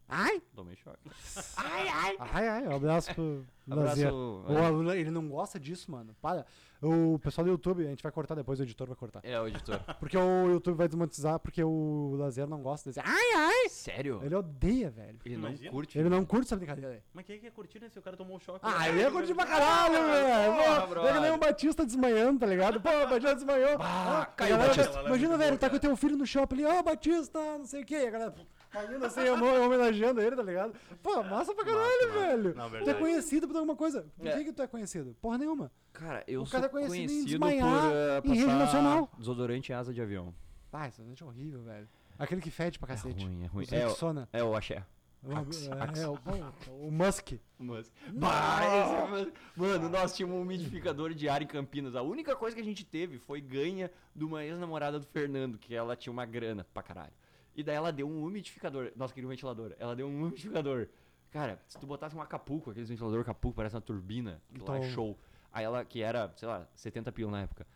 Ai!
Tomei choque.
Ai, ai! Ai, ai, um abraço pro Lazier.
Abraço.
O aluno, ele não gosta disso, mano. Para. O pessoal do YouTube, a gente vai cortar depois, o editor vai cortar.
É, o editor.
Porque o YouTube vai desmonetizar porque o Lazer não gosta desse. Ai, ai!
Sério?
Ele odeia, velho.
Ele não
Imagina.
curte.
Ele não curte essa brincadeira aí.
Mas quem é que é curtir, né? Se o cara tomou um choque.
Ah, ele é curtir pra caralho, velho. Pô,
brother.
É que nem o Batista desmanhando, tá ligado? Pô, o Batista desmanhou. Ah,
caiu
a
o né?
galera-
Batista.
Imagina,
Muito
velho,
bom,
tá com o
cara.
teu filho no shopping ali, ó, Batista, não sei o quê. E a galera caindo assim, eu vou- homenageando ele, tá ligado?
Ah,
Pô, massa pra caralho,
Massa, massa.
velho.
Não,
Tu é
verdade.
conhecido por alguma coisa. Por
É.
que, que tu é conhecido? Porra nenhuma.
Cara, eu
O
sou
cara é conhecido em
conhecido, por
desmaiar
eh,
em rede
passar
nacional.
desodorante em asa de avião.
Ah, isso é horrível, velho. Aquele que fede pra
É
cacete.
ruim, é ruim.
Os
É, o-
Rexona.
é o axé. Axe,
É,
axe.
é, o, bom, o Musk.
Mas... Bah, esse- Mano, nós tínhamos um umidificador de ar em Campinas. A única coisa que a gente teve foi ganha de uma ex-namorada do Fernando, que ela tinha uma grana pra caralho. E daí ela deu um umidificador. Nossa, queria um ventilador. Ela deu um umidificador. Cara, se tu botasse um Acapulco, aqueles ventilador Acapulco, parece uma turbina, que lá é
Então.
show. Aí ela, que era, sei lá, 70 pila na época.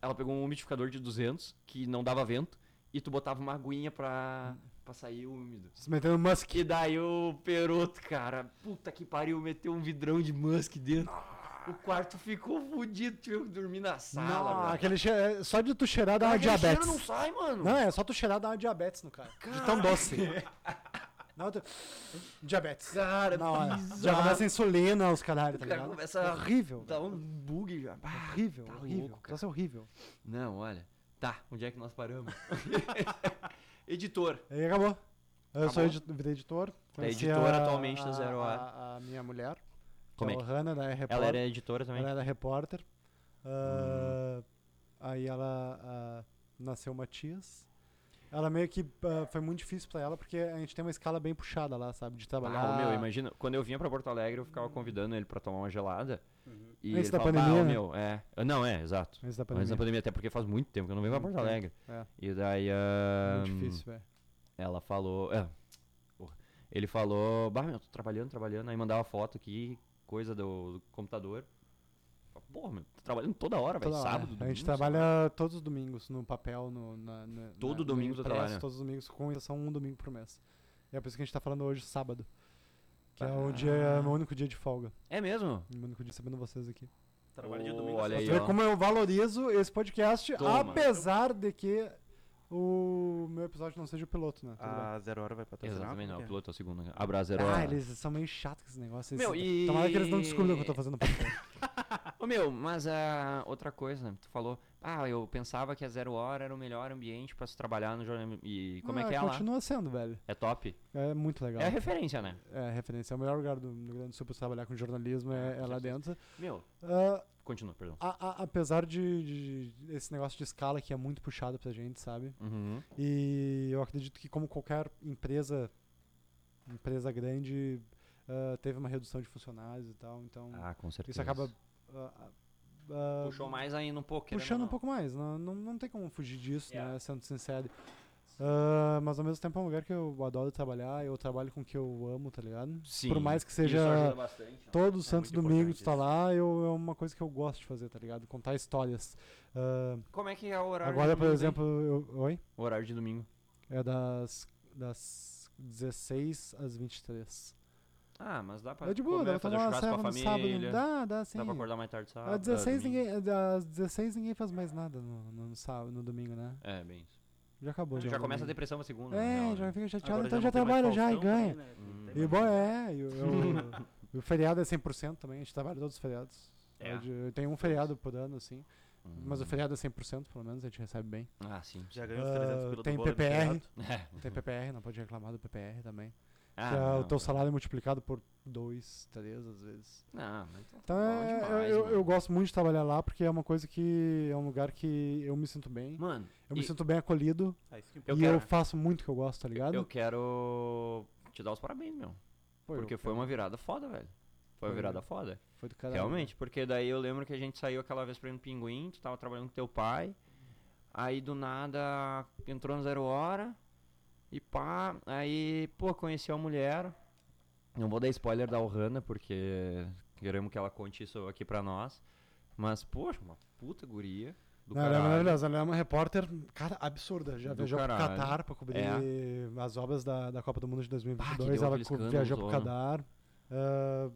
Ela pegou um umidificador de 200, que não dava vento, e tu botava uma aguinha pra, pra sair úmido.
Se metendo no Musk.
Que daí o Peroto, cara, puta que pariu, meteu um vidrão de Musk dentro. O quarto ficou fudido, tive que dormir na sala,
Não,
velho.
aquele che- é, só de tu cheirar dá uma
Cara, aquele cheiro
diabetes.
não sai, mano.
Não, é só tu cheirar dá uma diabetes no cara. De tão doce. Não, tu... Diabetes.
Cara, é
Na hora.
bizarro.
é. Já começa a insulina, os caralho, tá
O cara
ligado?
começa a-
Horrível.
Dá
velho.
um bug já. Bah.
Horrível,
tá
horrível.
louco, cara.
Nossa, é horrível.
Não, olha. Tá, onde é que nós paramos? Editor.
E acabou. Eu
Acabou?
sou
É
edit- virei editor. Conheci
editor
a-
atualmente da
a-
Zero Hora.
A, a minha mulher.
Como
que
é
é o Hannah, da repórter.
Ela era editora também?
Ela era repórter. Ah, Aí ela ah, nasceu Matias. Ela meio que ah, foi muito difícil pra ela, porque a gente tem uma escala bem puxada lá, sabe? De trabalhar.
Ah, meu, imagina. Quando eu vinha pra Porto Alegre, eu ficava convidando ele pra tomar uma gelada.
Uhum.
E
Antes
ele
da
falava,
pandemia,
ah, ô,
né?
meu, é. Não, é, exato.
Antes da
Antes
pandemia.
da pandemia, até porque faz muito tempo que eu não venho pra Porto
Muito
Alegre.
tempo. É.
E daí.
Muito
ahn,
difícil, velho.
Ela falou. é, porra. ele falou, bah, meu, tô trabalhando, trabalhando. Aí mandava foto aqui, coisa do, do computador. Fala, Porra, meu, tô trabalhando toda hora, velho.
Toda hora. é.
Sábado,
A
domingo, sei
gente trabalha
lá.
todos os domingos no papel, no, na, na,
Todo
na-
domingo
no
tu
impresso,
trabalha?
Todos os domingos, com exceção um domingo por mês. E é por isso que a gente tá falando hoje, sábado. Que é o
Ah.
dia, é o meu único dia de folga.
É mesmo?
O meu único dia sabendo vocês aqui.
Trabalho de
Ô,
domingo.
olha
Pra
aí,
tu ver
ó.
como eu valorizo esse podcast,
Toma.
apesar de que o meu episódio não seja o piloto, né? Tudo bem.
A Ah, Zero Hora vai patrocinar.
Exatamente, não.
porque-
O piloto é o segundo. né? Abraço, zero.
Ah,
hora.
eles são meio chatos com esse negócio. Eles
Meu, e-
Tomara que eles não descubram que eu tô fazendo podcast.
Ô, meu, mas a outra coisa, tu falou, ah, eu pensava que a zero hora era o melhor ambiente pra se trabalhar no jornalismo. E como é
Ah,
que é lá?
Continua sendo, velho.
É top?
É muito legal.
É a referência, né?
É, referência. É o melhor lugar do do Rio Grande do Sul pra você trabalhar com jornalismo,
Ah,
é, é lá dentro.
Meu,
Ah,
continua, perdão.
a- a- apesar de, de esse negócio de escala que é muito puxado pra gente, sabe?
Uhum.
E eu acredito que como qualquer empresa, empresa grande, ah, teve uma redução de funcionários e tal, então
Ah, com certeza.
isso acaba ah, ah,
Puxou mais ainda um pouco. querendo
puxando
ou
um
não.
pouco mais. Não, não, não tem como fugir disso, né?
Yeah.
Sendo sincero. Ah, mas ao mesmo tempo é um lugar que eu adoro trabalhar, eu trabalho com o que eu amo, tá ligado?
Sim.
Por mais que seja
Isso ajuda bastante. né? É ó.
todo santo
muito
domingo
importante
tu tá
isso.
lá, eu, é uma coisa que eu gosto de fazer, tá ligado? Contar histórias. Ah,
Como é que é o horário
agora,
de
por
domingo,
exemplo, eu, oi?
hein? O horário de domingo.
É das, das 16 às 23.
Ah, mas dá pra
é de boa,
comer,
dá pra
fazer
tomar uma
churrasco
serva
com a
no sábado.
família.
não Dá, dá sim.
dá pra acordar mais tarde sábado.
às, 16
domingo.
ninguém, às 16 ninguém faz mais nada no, no, sábado, no domingo, né?
É, bem isso.
Já acabou.
Já
o
começa a
domingo.
depressão pra segunda. na
É,
real,
já
né?
fica chateado,
Agora
então já,
não tem mais
trabalha já e
Faustão
ganha.
também, né?
Hum.
Tem
E
mais
bom,
nada.
é, e o- e o, o feriado é 100% também, a gente trabalha todos os feriados.
É.
Eu de- Eu tenho um feriado por ano, assim.
Hum.
Mas o feriado é 100%, pelo menos, a gente recebe bem.
Ah, sim.
Já ganhou os
Ah,
300 pila do
tem
vôlei no
PPR.
campeonato.
Uhum.
Tem PPR, não pode reclamar do PPR também.
Ah,
Que é o
não.
teu salário multiplicado por 2, 3 às vezes.
Não, mas então tá
Então
bom
é,
demais,
eu, eu,
mano.
eu gosto muito de trabalhar lá porque é uma coisa que. É um lugar que eu me sinto bem.
Mano,
eu me
e-
sinto bem acolhido.
Ah, isso que importa.
Eu
e
quero-
eu faço muito o que eu gosto, tá ligado?
eu quero te dar os parabéns, meu.
Pô, eu-
porque foi uma virada foda, velho. Foi
Foi.
uma virada foda.
Foi do caralho. né?
Realmente, porque daí eu lembro que a gente saiu aquela vez pra ir no Pinguim, tu tava trabalhando com teu pai, aí do nada entrou no Zero Hora, e pá, aí, pô, conheci a mulher, não vou dar spoiler da Ohana, porque queremos que ela conte isso aqui pra nós, mas, poxa, uma puta guria, do
Não, ela é
caralho.
maravilhosa. Ela é uma repórter, cara, absurda. Já
Do
viajou pro
caralho.
Catar pra cobrir as obras da, da Copa do Mundo de
Bah, que
2022.
deu
ela
aquele
co-
escândalo
viajou pro
zona.
Catar. Ah,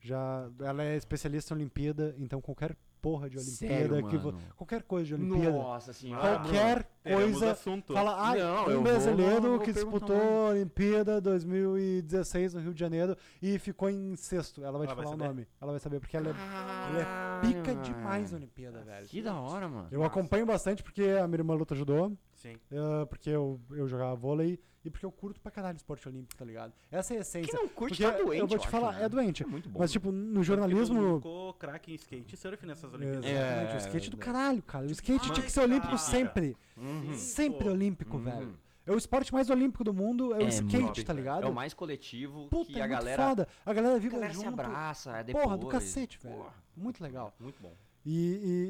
já, ela é especialista em Olimpíada, então qualquer porra de Olimpíada
Sério,
que vo-
mano?
Qualquer coisa de Olimpíada.
Nossa
Ah,
senhora.
Qualquer
Teremos
coisa
assunto.
Fala, ah,
Não, eu
um
vou-
brasileiro
vou
que
perguntar
disputou
mais.
a Olimpíada 2016 no Rio de Janeiro e ficou em sexto. Ela vai
Ela
te
vai
falar o
saber?
nome. Ela vai saber, porque ela é
Caralho,
pica
mano.
demais na Olimpíada, velho.
Que da hora, mano.
Eu acompanho bastante porque a minha irmã luta judô,
Sim.
eh, porque eu, eu jogava vôlei e porque eu curto pra caralho esporte olímpico, tá ligado? Essa é a essência.
Quem não curte
porque
tá doente,
eu vou te
acho,
falar,
mano.
é doente.
É muito bom.
Mas, tipo, no
Porque todo mundo
jornalismo.
Ficou craque em skate e surf nessas Olimpíadas.
Exatamente,
É. tipo, ah,
o skate do caralho, cara. O skate
Mas,
tinha que ser olímpico
cara.
sempre.
Uhum.
Sempre
Pô.
olímpico,
Uhum.
velho. É o esporte mais olímpico do mundo, é o
É
skate,
muito,
tá ligado?
É o mais coletivo
Puta,
que
é
a
muito
galera,
foda. A galera
a
vibra
galera se
junto.
abraça, é depois.
Porra, do cacete, velho.
Porra.
Muito legal.
Muito bom.
E,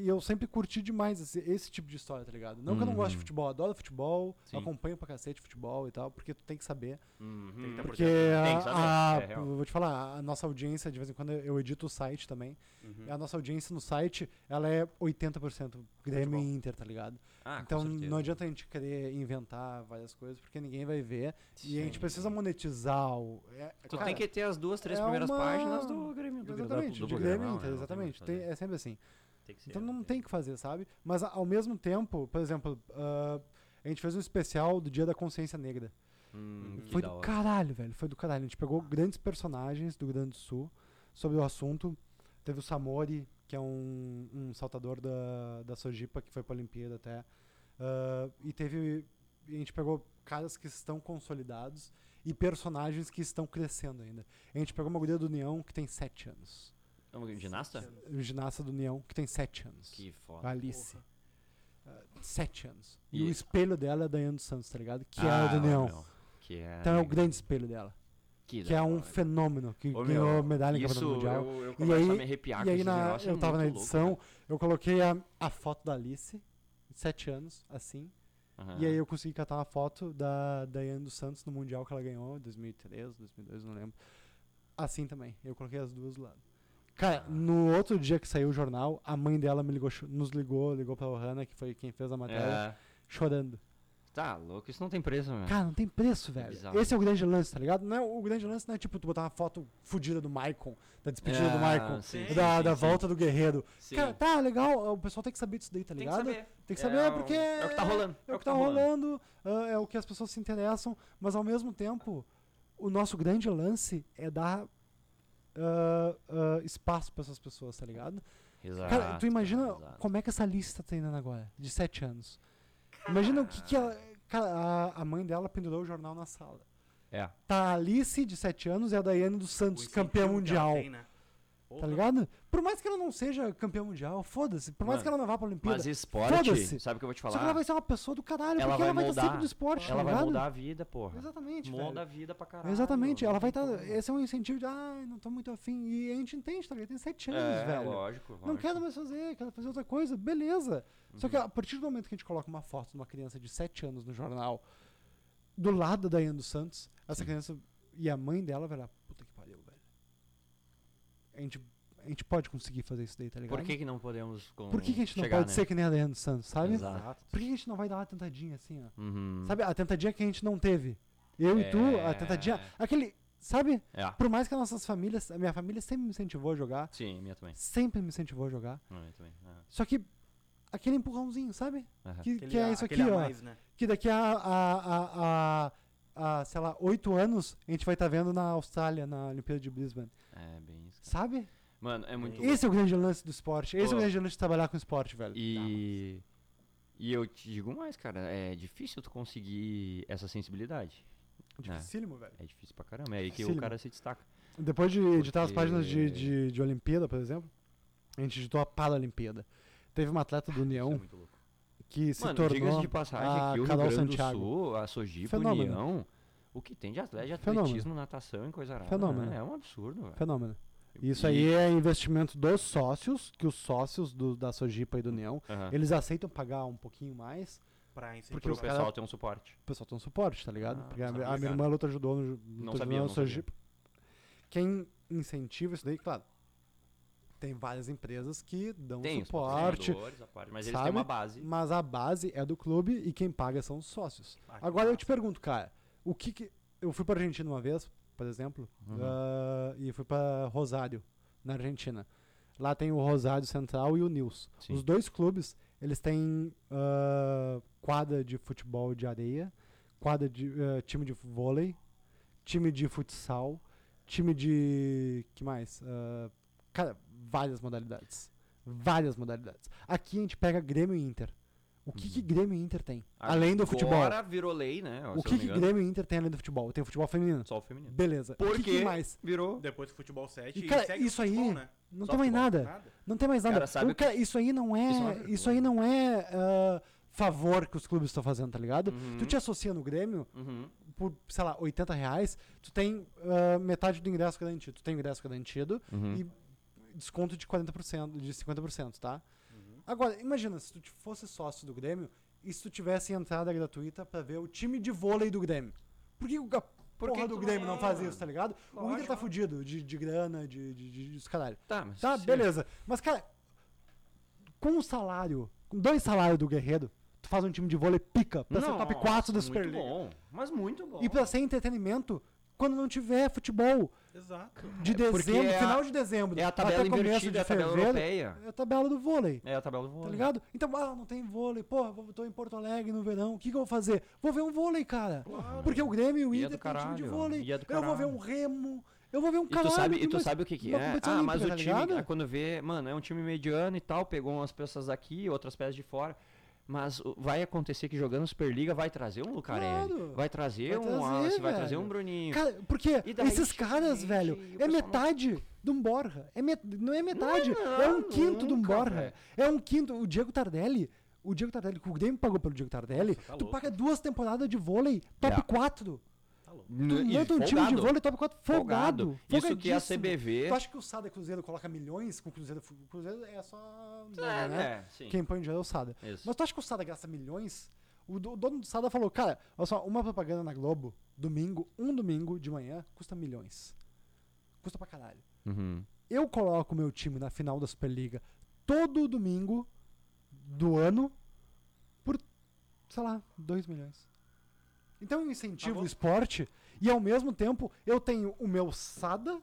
e- e eu sempre curti demais esse, esse tipo de história, tá ligado? Não que eu não
Uhum.
goste de futebol, adoro futebol,
Sim.
acompanho pra cacete futebol e tal, porque tu tem que saber.
Uhum.
Tem que tá por
Porque
dentro.
a,
Tem que saber,
a-
é real.
eu vou te falar, a nossa audiência, de vez em quando eu edito o site também.
Uhum.
A nossa audiência no site, ela é 80% Grêmio e Inter, tá ligado?
Ah, com
então
certeza.
não adianta a gente querer inventar várias coisas, porque ninguém vai ver. E a gente
Sim.
precisa monetizar o. é-
Tu
cara,
tem que ter as duas, três
é
primeiras
uma-
páginas do Grêmio do
Exatamente,
do,
de
do
Grêmio
Grenal,
e
né?
Inter,
Não tem
exatamente.
o que
Tem-
fazer. é,
é sempre assim.
Tem que ser,
Então não tem o que fazer, sabe? Mas a- ao mesmo tempo, por exemplo, ah, a gente fez um especial do Dia da Consciência Negra.
Hum, que
Foi
da
do
hora.
caralho, velho. Foi do caralho. A gente pegou grandes personagens do Rio Grande do Sul sobre o assunto. Teve o Samori, que é um, um saltador da, da Sojipa, que foi pra Olimpíada até. Ah, e teve. e A gente pegou caras que estão consolidados e personagens que estão crescendo ainda. A gente pegou uma guria do União que tem 7 anos.
É um ginasta?
Um ginasta do União que tem 7 anos.
Que foda.
Alice. Ah, Sete anos. E,
E-
o espelho dela é a Daiane dos Santos, tá ligado? Que
Ah,
é a do Neon.
meu, Que é.
Então é o grande espelho dela.
Que,
Que
da
é um
hora.
fenômeno que
Ô, meu,
ganhou medalha em
Isso,
Campeonato Mundial.
eu, eu começo
aí-
a me arrepiar
e
com
aí
esses
na-
negócios, é
eu tava na
muito louco, né?
edição,
cara.
eu coloquei a, a foto da Alice, sete anos, assim.
Aham.
E aí eu consegui catar uma foto da Daiane dos Santos no Mundial que ela ganhou, em 2003, 2002, não lembro. Assim também. Eu coloquei as duas do lado. Cara,
Ah.
no outro dia que saiu o jornal, a mãe dela me ligou, cho- nos ligou, ligou pra Ohana, que foi quem fez a matéria,
É.
chorando.
Tá louco, isso não tem preço, meu.
Cara, não tem preço,
É
velho.
bizarro.
Esse é o grande lance, tá ligado? Não é- o grande lance não é tipo tu botar uma foto fodida do Maicon, da despedida do Maicon,
Ah, sim,
sim,
da,
sim,
da
sim.
volta do Guerreiro.
Sim.
Cara, tá legal, o pessoal tem que saber disso daí, tá
Tem que
ligado?
saber.
Tem que
É
saber
o-
porque.
é o que tá rolando,
É o que tá rolando, ah, é o que as pessoas se interessam, mas ao mesmo tempo, o nosso grande lance é dar ah, ah, espaço pra essas pessoas, tá ligado?
Exato.
Cara, tu imagina
exato.
como é que essa lista tá treinando agora, de 7 anos. Imagina o que, que ela. Cara, a, a mãe dela pendurou o jornal na sala.
É.
Tá a Alice, de 7 anos, e a Daiane Um dos
O
Santos,
incentivo
campeã
que ela
mundial.
tem, né?
Tá
Porra.
ligado? Por mais que ela não seja campeã mundial, foda-se. Por mais
Mano,
que ela não vá pra Olimpíada.
Mas esporte,
Foda-se.
sabe o que eu vou te
Só que ela
falar?
vai ser uma pessoa do caralho,
Ela
porque ela
vai
vai estar sempre
moldar-
no esporte,
Ela
tá
vai
ligado?
mudar a vida, porra.
Exatamente, velho.
Molda a vida pra caralho.
Exatamente, ela
não
vai
tem
estar.
como.
Esse é um incentivo de, ai, não tô muito afim. E a gente entende, tá ligado? Tem 7 anos,
É,
velho.
lógico,
Não
lógico. Uhum.
quero mais fazer, quero fazer outra coisa, beleza. Só que a partir do momento que a gente coloca uma foto de uma criança de 7 anos no jornal, do lado da Ian dos Santos, essa criança e a mãe dela vai lá, puta que pariu, velho. A gente, a gente pode conseguir fazer isso daí, tá ligado?
Por que, que não podemos com...
Por que que a gente não
chegar,
pode
né?
ser que nem a Ian dos Santos, sabe?
Exato.
Por que que a gente não vai dar uma tentadinha assim, ó?
Uhum.
Sabe, a tentadinha que a gente não teve. Eu e tu, a
É.
tentadinha, aquele, sabe?
É.
Por mais que as nossas famílias, a minha família sempre me incentivou a jogar,
Sim, minha também.
sempre me incentivou a jogar.
Não, minha também. Aham.
Só que aquele empurrãozinho, sabe?
Aham.
Que,
Aquele
que é
a-
isso aqui,
aquele a
ó.
mais, né?
Que daqui a, a, a, a- a, sei lá, oito anos, a gente vai estar vendo na Austrália, na Olimpíada de Brisbane.
É, bem isso. cara.
Sabe?
Mano, é muito
Esse é o grande lance do esporte. Esse é o
Ô.
grande lance de trabalhar com esporte, velho.
E... E eu te digo mais, cara, é difícil tu conseguir essa sensibilidade.
Dificílimo, velho.
É difícil pra caramba, é aí que
Dificílimo.
o cara se destaca.
Depois de editar as
Porque-
páginas de, de, de Olimpíada, por exemplo, a gente editou a Paralimpíada. Teve uma atleta do
Isso é
União
muito louco.
que se
Ah, Mano, diga-se
tornou
de passagem
a
que o Rio
Carol
Grande
Santiago.
do Sul, a Sojipa,
Fenômeno.
União, o que tem de atleta, de
Fenômeno.
atletismo, natação e coisa arada,
Fenômeno.
né? É um absurdo, velho.
fenômeno. Isso aí é investimento dos sócios, que os sócios do, da Sojipa e do União
Aham.
Eles aceitam pagar um pouquinho mais,
Pra incentivar.
Porque
Pro
os cara-
pessoal tem um suporte.
o pessoal tem um suporte, tá ligado?
Ah,
Porque a,
não
a
sabia,
minha
cara.
irmã luta ajudou no, luta
sabia,
judô no
não sabia.
Sergipe. Quem incentiva isso daí, claro, tem várias empresas que dão
Tem os
um suporte,
patrocinadores, a parte, mas eles
sabe?
têm uma base.
mas a base é do clube e quem paga são os sócios.
Ah, que
Agora eu tipo,
massa.
te pergunto, cara, o que que. Eu fui pra Argentina uma vez, por exemplo, ah, e fui pra Rosário, na Argentina. Lá tem o Rosário Central e o Nils.
Sim.
Os dois clubes, eles têm ah, quadra de futebol de areia, quadra de ah, time de vôlei, time de futsal, time de. que mais? Ah, cara, várias modalidades. Várias modalidades. Aqui a gente pega Grêmio e Inter. O que, que Grêmio e Inter tem? Além do futebol.
Agora virou lei, né? se eu
O
não
que,
me
que
engano.
Grêmio e Inter tem além do futebol? Tem futebol feminino.
Só o feminino.
Beleza.
Por
o que, que
quê?
mais?
Virou.
Depois do futebol 7
E, cara,
segue o
isso aí-
futebol, né?
Não
Só
tem mais
futebol.
nada.
Nada.
Não tem mais nada.
Cara, sabe
Não,
o que-
cara, isso aí não
Isso
é.
é uma
Isso,
vergonha.
aí não é ah, favor que os clubes estão fazendo, tá ligado?
Uhum.
Tu te associa no Grêmio
Uhum.
por, sei lá, 80 reais, tu tem ah, metade do ingresso garantido. Tu tem o ingresso garantido
Uhum.
e desconto de 40%, de 50%, tá?
Uhum.
Agora, imagina, se tu te- fosse sócio do Grêmio e se tu tivesse entrada gratuita pra ver o time de vôlei do Grêmio. Por que o ga-
Por que
porra
que
do
tu
Grêmio
não- é?
não faz isso, tá ligado? O Inter
Lógico.
tá fudido de, de grana, de, de, de, de os caralho.
Tá, mas.
Tá,
se-
beleza. Mas, cara, com um salário, com dois salários do Guerreiro, tu faz um time de vôlei pica pra ser
Não,
Tá, top 4 da
muito
Superliga.
bom, Mas muito bom.
E pra ser entretenimento quando não tiver futebol.
Exato.
De
porque
dezembro,
é a-
final de dezembro.
É a tabela
até começo
invertida, é
de
a tabela
fevereiro,
europeia.
É a tabela do vôlei.
É a tabela do vôlei.
Tá ligado? Então, ah, não tem vôlei. Porra, vou- tô em Porto Alegre no verão. O que, que eu vou fazer? Vou ver um vôlei, cara. Porque o Grêmio e o
E é
Inter
do
tem time de
caralho,
vôlei.
e é do
eu vou ver
caralho.
um remo. Eu vou ver um
E tu
caralho.
sabe, e
tem
tu
uma-
sabe o que, que
uma
é?
competição
Ah, mas o
olímpica, tá
time,
ligado?
aí quando vê, mano, é um time mediano e tal, pegou umas peças daqui, outras peças de fora. Mas o- vai acontecer que jogando Superliga vai trazer um Lucarelli,
Claro.
vai trazer
Vai
um
trazer,
Wallace, vai trazer
velho.
um Bruninho.
Cara, porque
E daí,
esses caras,
gente,
velho,
e o
é
pessoal não-
metade de um Borja. É met... Não é metade,
Não,
é um quinto de um
nunca,
Borja.
velho.
É um quinto. O Diego Tardelli, o Diego Tardelli, que o Grêmio pagou pelo Diego Tardelli,
Nossa, tá
tu
louco.
paga duas temporadas de vôlei top
Yeah.
4.
Tá louco.
Tu
N- e
monta um time de
folgado.
vôlei top 4
Folgado.
folgado.
Isso que é a
folgadíssimo.
CBV.
Tu acha que o Sada é Cruzeiro coloca milhões com o Cruzeiro? O Cruzeiro é só.
É,
nome, né?
é, sim.
Quem põe o dinheiro é o Sada.
Isso.
Mas tu acha que o Sada gasta milhões? O, do- o dono do Sada falou, cara, olha só, uma propaganda na Globo, domingo, um domingo de manhã, custa milhões. Custa pra caralho.
Uhum.
Eu coloco o meu time na final da Superliga todo domingo do ano por, sei lá, 2 milhões. Então eu incentivo
Tá bom.
o esporte e ao mesmo tempo eu tenho o meu Sada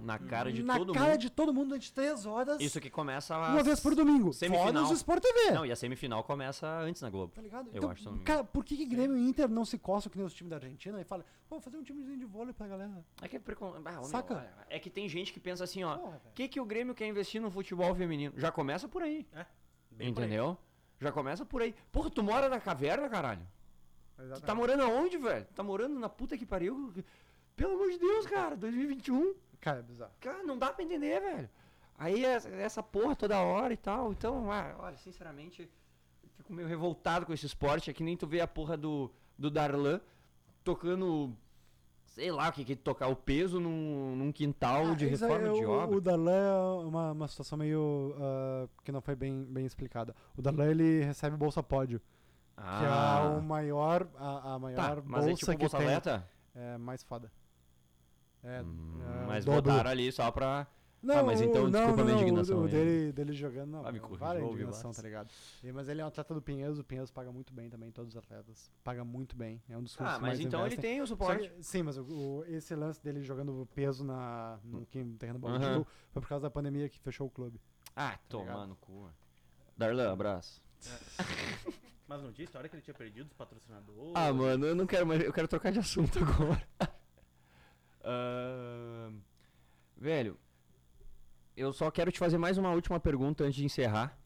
Na cara de
na
todo
cara
mundo.
de todo mundo durante 3 horas,
Isso que começa a...
uma vez por domingo. Fora
semifinal.
os Sport TV.
Não, e a semifinal começa antes na Globo.
Tá ligado?
Eu acho, se eu não me
cara, por que, que Grêmio e Inter não se coçam que nem os times da Argentina e falam, vamos fazer um timezinho de vôlei pra galera?
É que é precon... Ah, ô, meu,
Saca?
é que tem gente que pensa assim, ó,
Porra,
o que, que o Grêmio quer investir no futebol feminino? Já começa por aí.
Bem por aí.
entendeu? Já começa por aí. Porra, tu mora na caverna, caralho? Tu tá morando aonde, velho? Tá morando na puta que pariu? Pelo amor de Deus, cara, 2021.
Cara, é bizarro.
Cara, não dá pra entender, velho. Aí é essa essa porra toda hora e tal. Então, ah, olha, sinceramente, eu fico meio revoltado com esse esporte. É que nem tu vê a porra do, do Darlan tocando, sei lá o que que ele tocar, o peso num, num
Ah,
quintal de reforma de obra.
é O Darlan é uma, uma situação meio ah, que não foi bem, bem explicada. O Darlan, ele recebe o Bolsa Pódio, que é o maior, a, a
Ah, tá,
maior
mas
bolsa
é tipo
que
bolsa
tem.
atleta?
É mais foda. É,
Hum,
é o
mas
dobro.
botaram ali só pra...
Não,
Ah, mas então,
o- não,
desculpa a
não,
minha
não, o-
indignação
O,
aí.
dele, dele jogando, não.
Ah, me
não,
corrija,
vale a
ouve o
indignação,
Vasco.
tá ligado? E- Mas ele é um atleta do Pinheiros, o Pinheiros paga muito bem também, todos os atletas. Paga muito bem. É um dos clubes
Ah,
que
mas
mais
então ele
investem.
tem o
Só
suporte.
que- sim, mas o, o- esse lance dele jogando peso na, no que- no terreno do
Aham.
Bauru foi por causa da pandemia que fechou o clube.
Ah,
Tá ligado?
tomando cu. Darlan, abraço.
Mas não tinha história que ele tinha perdido os patrocinadores.
Ah, mano, eu não quero mais. Eu quero trocar de assunto agora. Ahn, velho, eu só quero te fazer mais uma última pergunta antes de encerrar.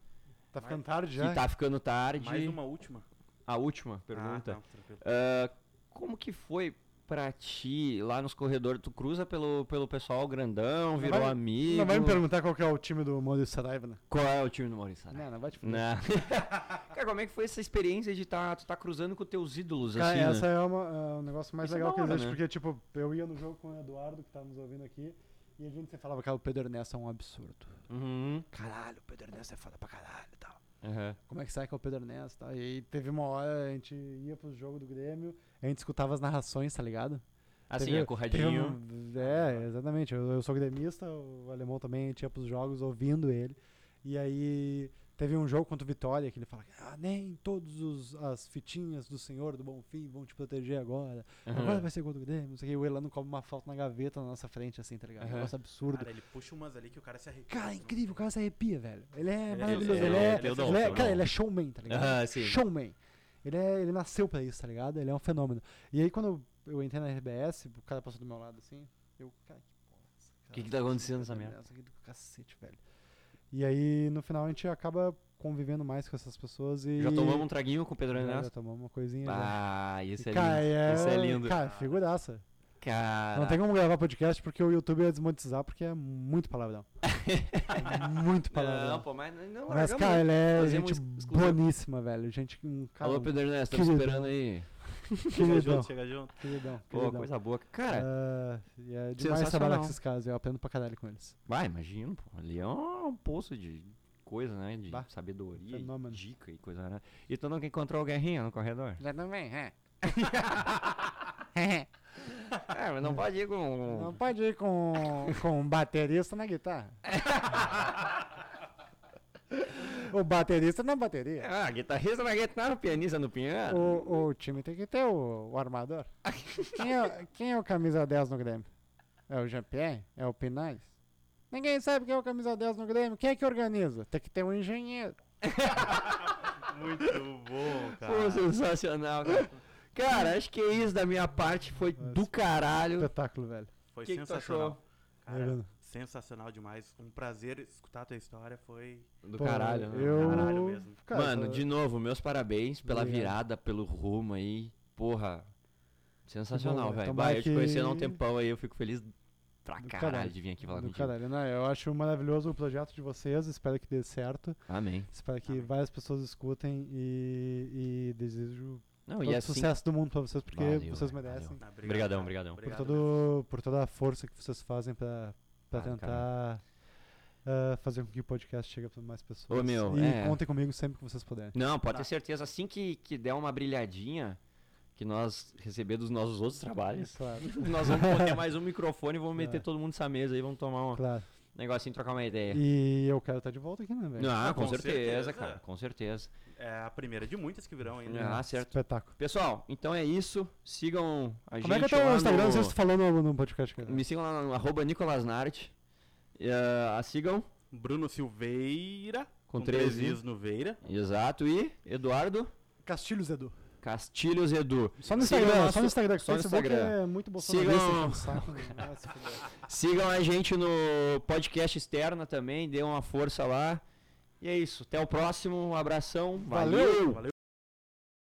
Tá ficando tarde já?
Que tá ficando tarde.
Mais uma última.
A última pergunta.
Ah, tá, tranquilo.
Ah, como que foi pra ti lá nos corredores? Tu cruza pelo, pelo pessoal grandão, virou
vai-
amigo.
Não vai me perguntar qual que é o time do Maurício Saraiva, né?
Qual é o time do Maurício? Saraiva?
Não, não vai te perguntar.
Não. Né? Cara, como é que foi essa experiência de tá, tu tá cruzando com teus ídolos,
Cara,
assim? né?
essa é uma, é um negócio mais
Isso é
legal
da
que
hora,
existe,
né?
porque, tipo, eu ia no jogo com o Eduardo, que tá nos ouvindo aqui, e a gente sempre falava, cara, o Pedro Ernesto é um absurdo.
Uhum.
Caralho, o Pedro Ernesto é foda pra caralho e tal.
Aham.
Como é que sai que é o Pedro Ernesto e tal? E aí teve uma hora, a gente ia pro jogo do Grêmio, a gente escutava as narrações, tá ligado?
Assim,
Teve-
é corradinho.
teve um- É, exatamente. Eu, eu sou gremista, o alemão também tinha pros jogos ouvindo ele. E aí teve um jogo contra o Vitória que ele fala: ah, nem todos os, as fitinhas do Senhor do Bom Fim vão te proteger agora. Agora vai ser contra o Grêmio, não sei o que. O Elano come uma falta na gaveta na nossa frente, assim, tá ligado? Um
Aham.
negócio absurdo.
Cara, ele puxa umas ali que o cara se arrepia.
Cara, é incrível, o cara se arrepia, velho. Ele é
Ele é
maravilhoso.
Deus,
Ele
ele é
é.
Deus,
ele é-
Deus,
Cara,
Deus.
ele é showman, tá ligado?
Aham, sim.
Showman. Ele, é, ele nasceu pra isso, tá ligado? Ele é um fenômeno. E aí quando eu entrei na RBS, o cara passou do meu lado assim, eu, cara, que porra. é essa, cara?
Que que tá acontecendo nessa merda?
Essa aqui do cacete, velho. E aí, no final, a gente acaba convivendo mais com essas pessoas e.
Já tomamos um traguinho com o Pedro
já, já
Ernesto?
tomamos uma coisinha. já.
Ah, isso é
né? cara,
lindo. Isso é lindo.
Cara, figuraça.
Cara.
Não tem como gravar podcast porque o YouTube ia desmonetizar porque é muito palavrão. É muito palavrão.
Não, pô, mas não
Mas,
largamos.
cara, ele é
Fazemos
gente
ex- exclusivo.
boníssima, velho. Gente, um cara,
Alô,
um
Pedro Ernesto, estamos
querido.
esperando aí.
Chega
queridão,
junto, chega junto.
queridão,
Pô,
queridão.
coisa boa. Cara,
Ah, e é demais trabalhar com esses caras, eu aprendo pra caralho com eles.
vai, imagino, pô. Ali é um poço de coisa, né? De
Bah,
sabedoria, e
fenômeno.
dica e coisa, né? E tu nunca encontrou o Guerrinha no corredor?
Já também, é.
É, mas não pode ir com...
Não pode ir com, com um baterista na guitarra. o baterista na bateria.
Ah, guitarrista na guitarra, pianista no piano.
O, o time tem que ter o, o armador. Quem é, quem é o camisa 10 no Grêmio? É o Jean-Pierre? É o Pinais? Ninguém sabe quem é o camisa 10 no Grêmio. Quem é que organiza? Tem que ter um engenheiro.
Muito bom, cara.
Pô, sensacional, cara. Cara, acho que é isso da minha parte. Foi do caralho.
Espetáculo, velho.
Foi
Que que tu
sensacional.
achou?
cara,
Tá
sensacional demais. Um prazer escutar a tua história. Foi
Do
Pô,
caralho, né?
eu-
caralho mesmo.
Cara,
Mano,
tá-
de novo, meus parabéns pela
Obrigado.
virada, pelo rumo aí. Porra. Sensacional,
velho.
velho.
Tomara
Bah, Eu te
que-
conhecendo há um tempão aí, eu fico feliz pra
Do
caralho,
caralho.
de vir aqui falar
do
contigo.
caralho. Não, eu acho maravilhoso o projeto de vocês. Espero que dê certo.
Amém.
Espero que
Amém.
várias pessoas escutem e, e desejo
Não,
todo
e
o
assim.
sucesso do mundo pra vocês, porque
Valeu,
vocês
velho,
merecem.
valeu.
Ah, obrigado,
Obrigadão,
cara.
obrigadão.
Por,
Obrigado mesmo.
todo, por toda a força que vocês fazem pra, pra
Ah, do
tentar ah, fazer com que o podcast chegue pra mais pessoas.
Ô, meu,
e
é.
contem comigo sempre que vocês puderem.
Não, pode
Tá.
ter certeza. Assim que, que der uma brilhadinha que nós receber dos nossos outros trabalhos,
Claro,
nós vamos botar mais um microfone e vamos
Claro.
meter todo mundo nessa mesa aí, vamos tomar um
claro.
negocinho e trocar uma ideia.
E eu quero estar de volta aqui, né, velho?
é. Não,
Ah,
com,
com
certeza,
certeza.
cara, com certeza.
É a primeira de muitas que virão né? ainda.
Ah, certo.
Espetáculo.
Pessoal, então é isso. Sigam a gente
Como é que tá
lá
o Instagram?
no-
Vocês falou no, no podcast, cara.
Me sigam lá no arroba Nicolas Nart. E, ah, a sigam
Bruno Silveira.
com,
três
13.
is no Veira.
Exato. E Eduardo
Castilhos Edu.
Castilhos Edu.
Só no
Sigam
Instagram,
nosso-
só no Instagram. que
só
o
no
Facebook
Instagram.
é muito bolsonarista.
Sigam-
enche o saco, né? Vai se fuder.
Sigam a gente no podcast externa também. Dê uma força lá. E é isso. Até o próximo. Um abração.
Valeu!
Valeu!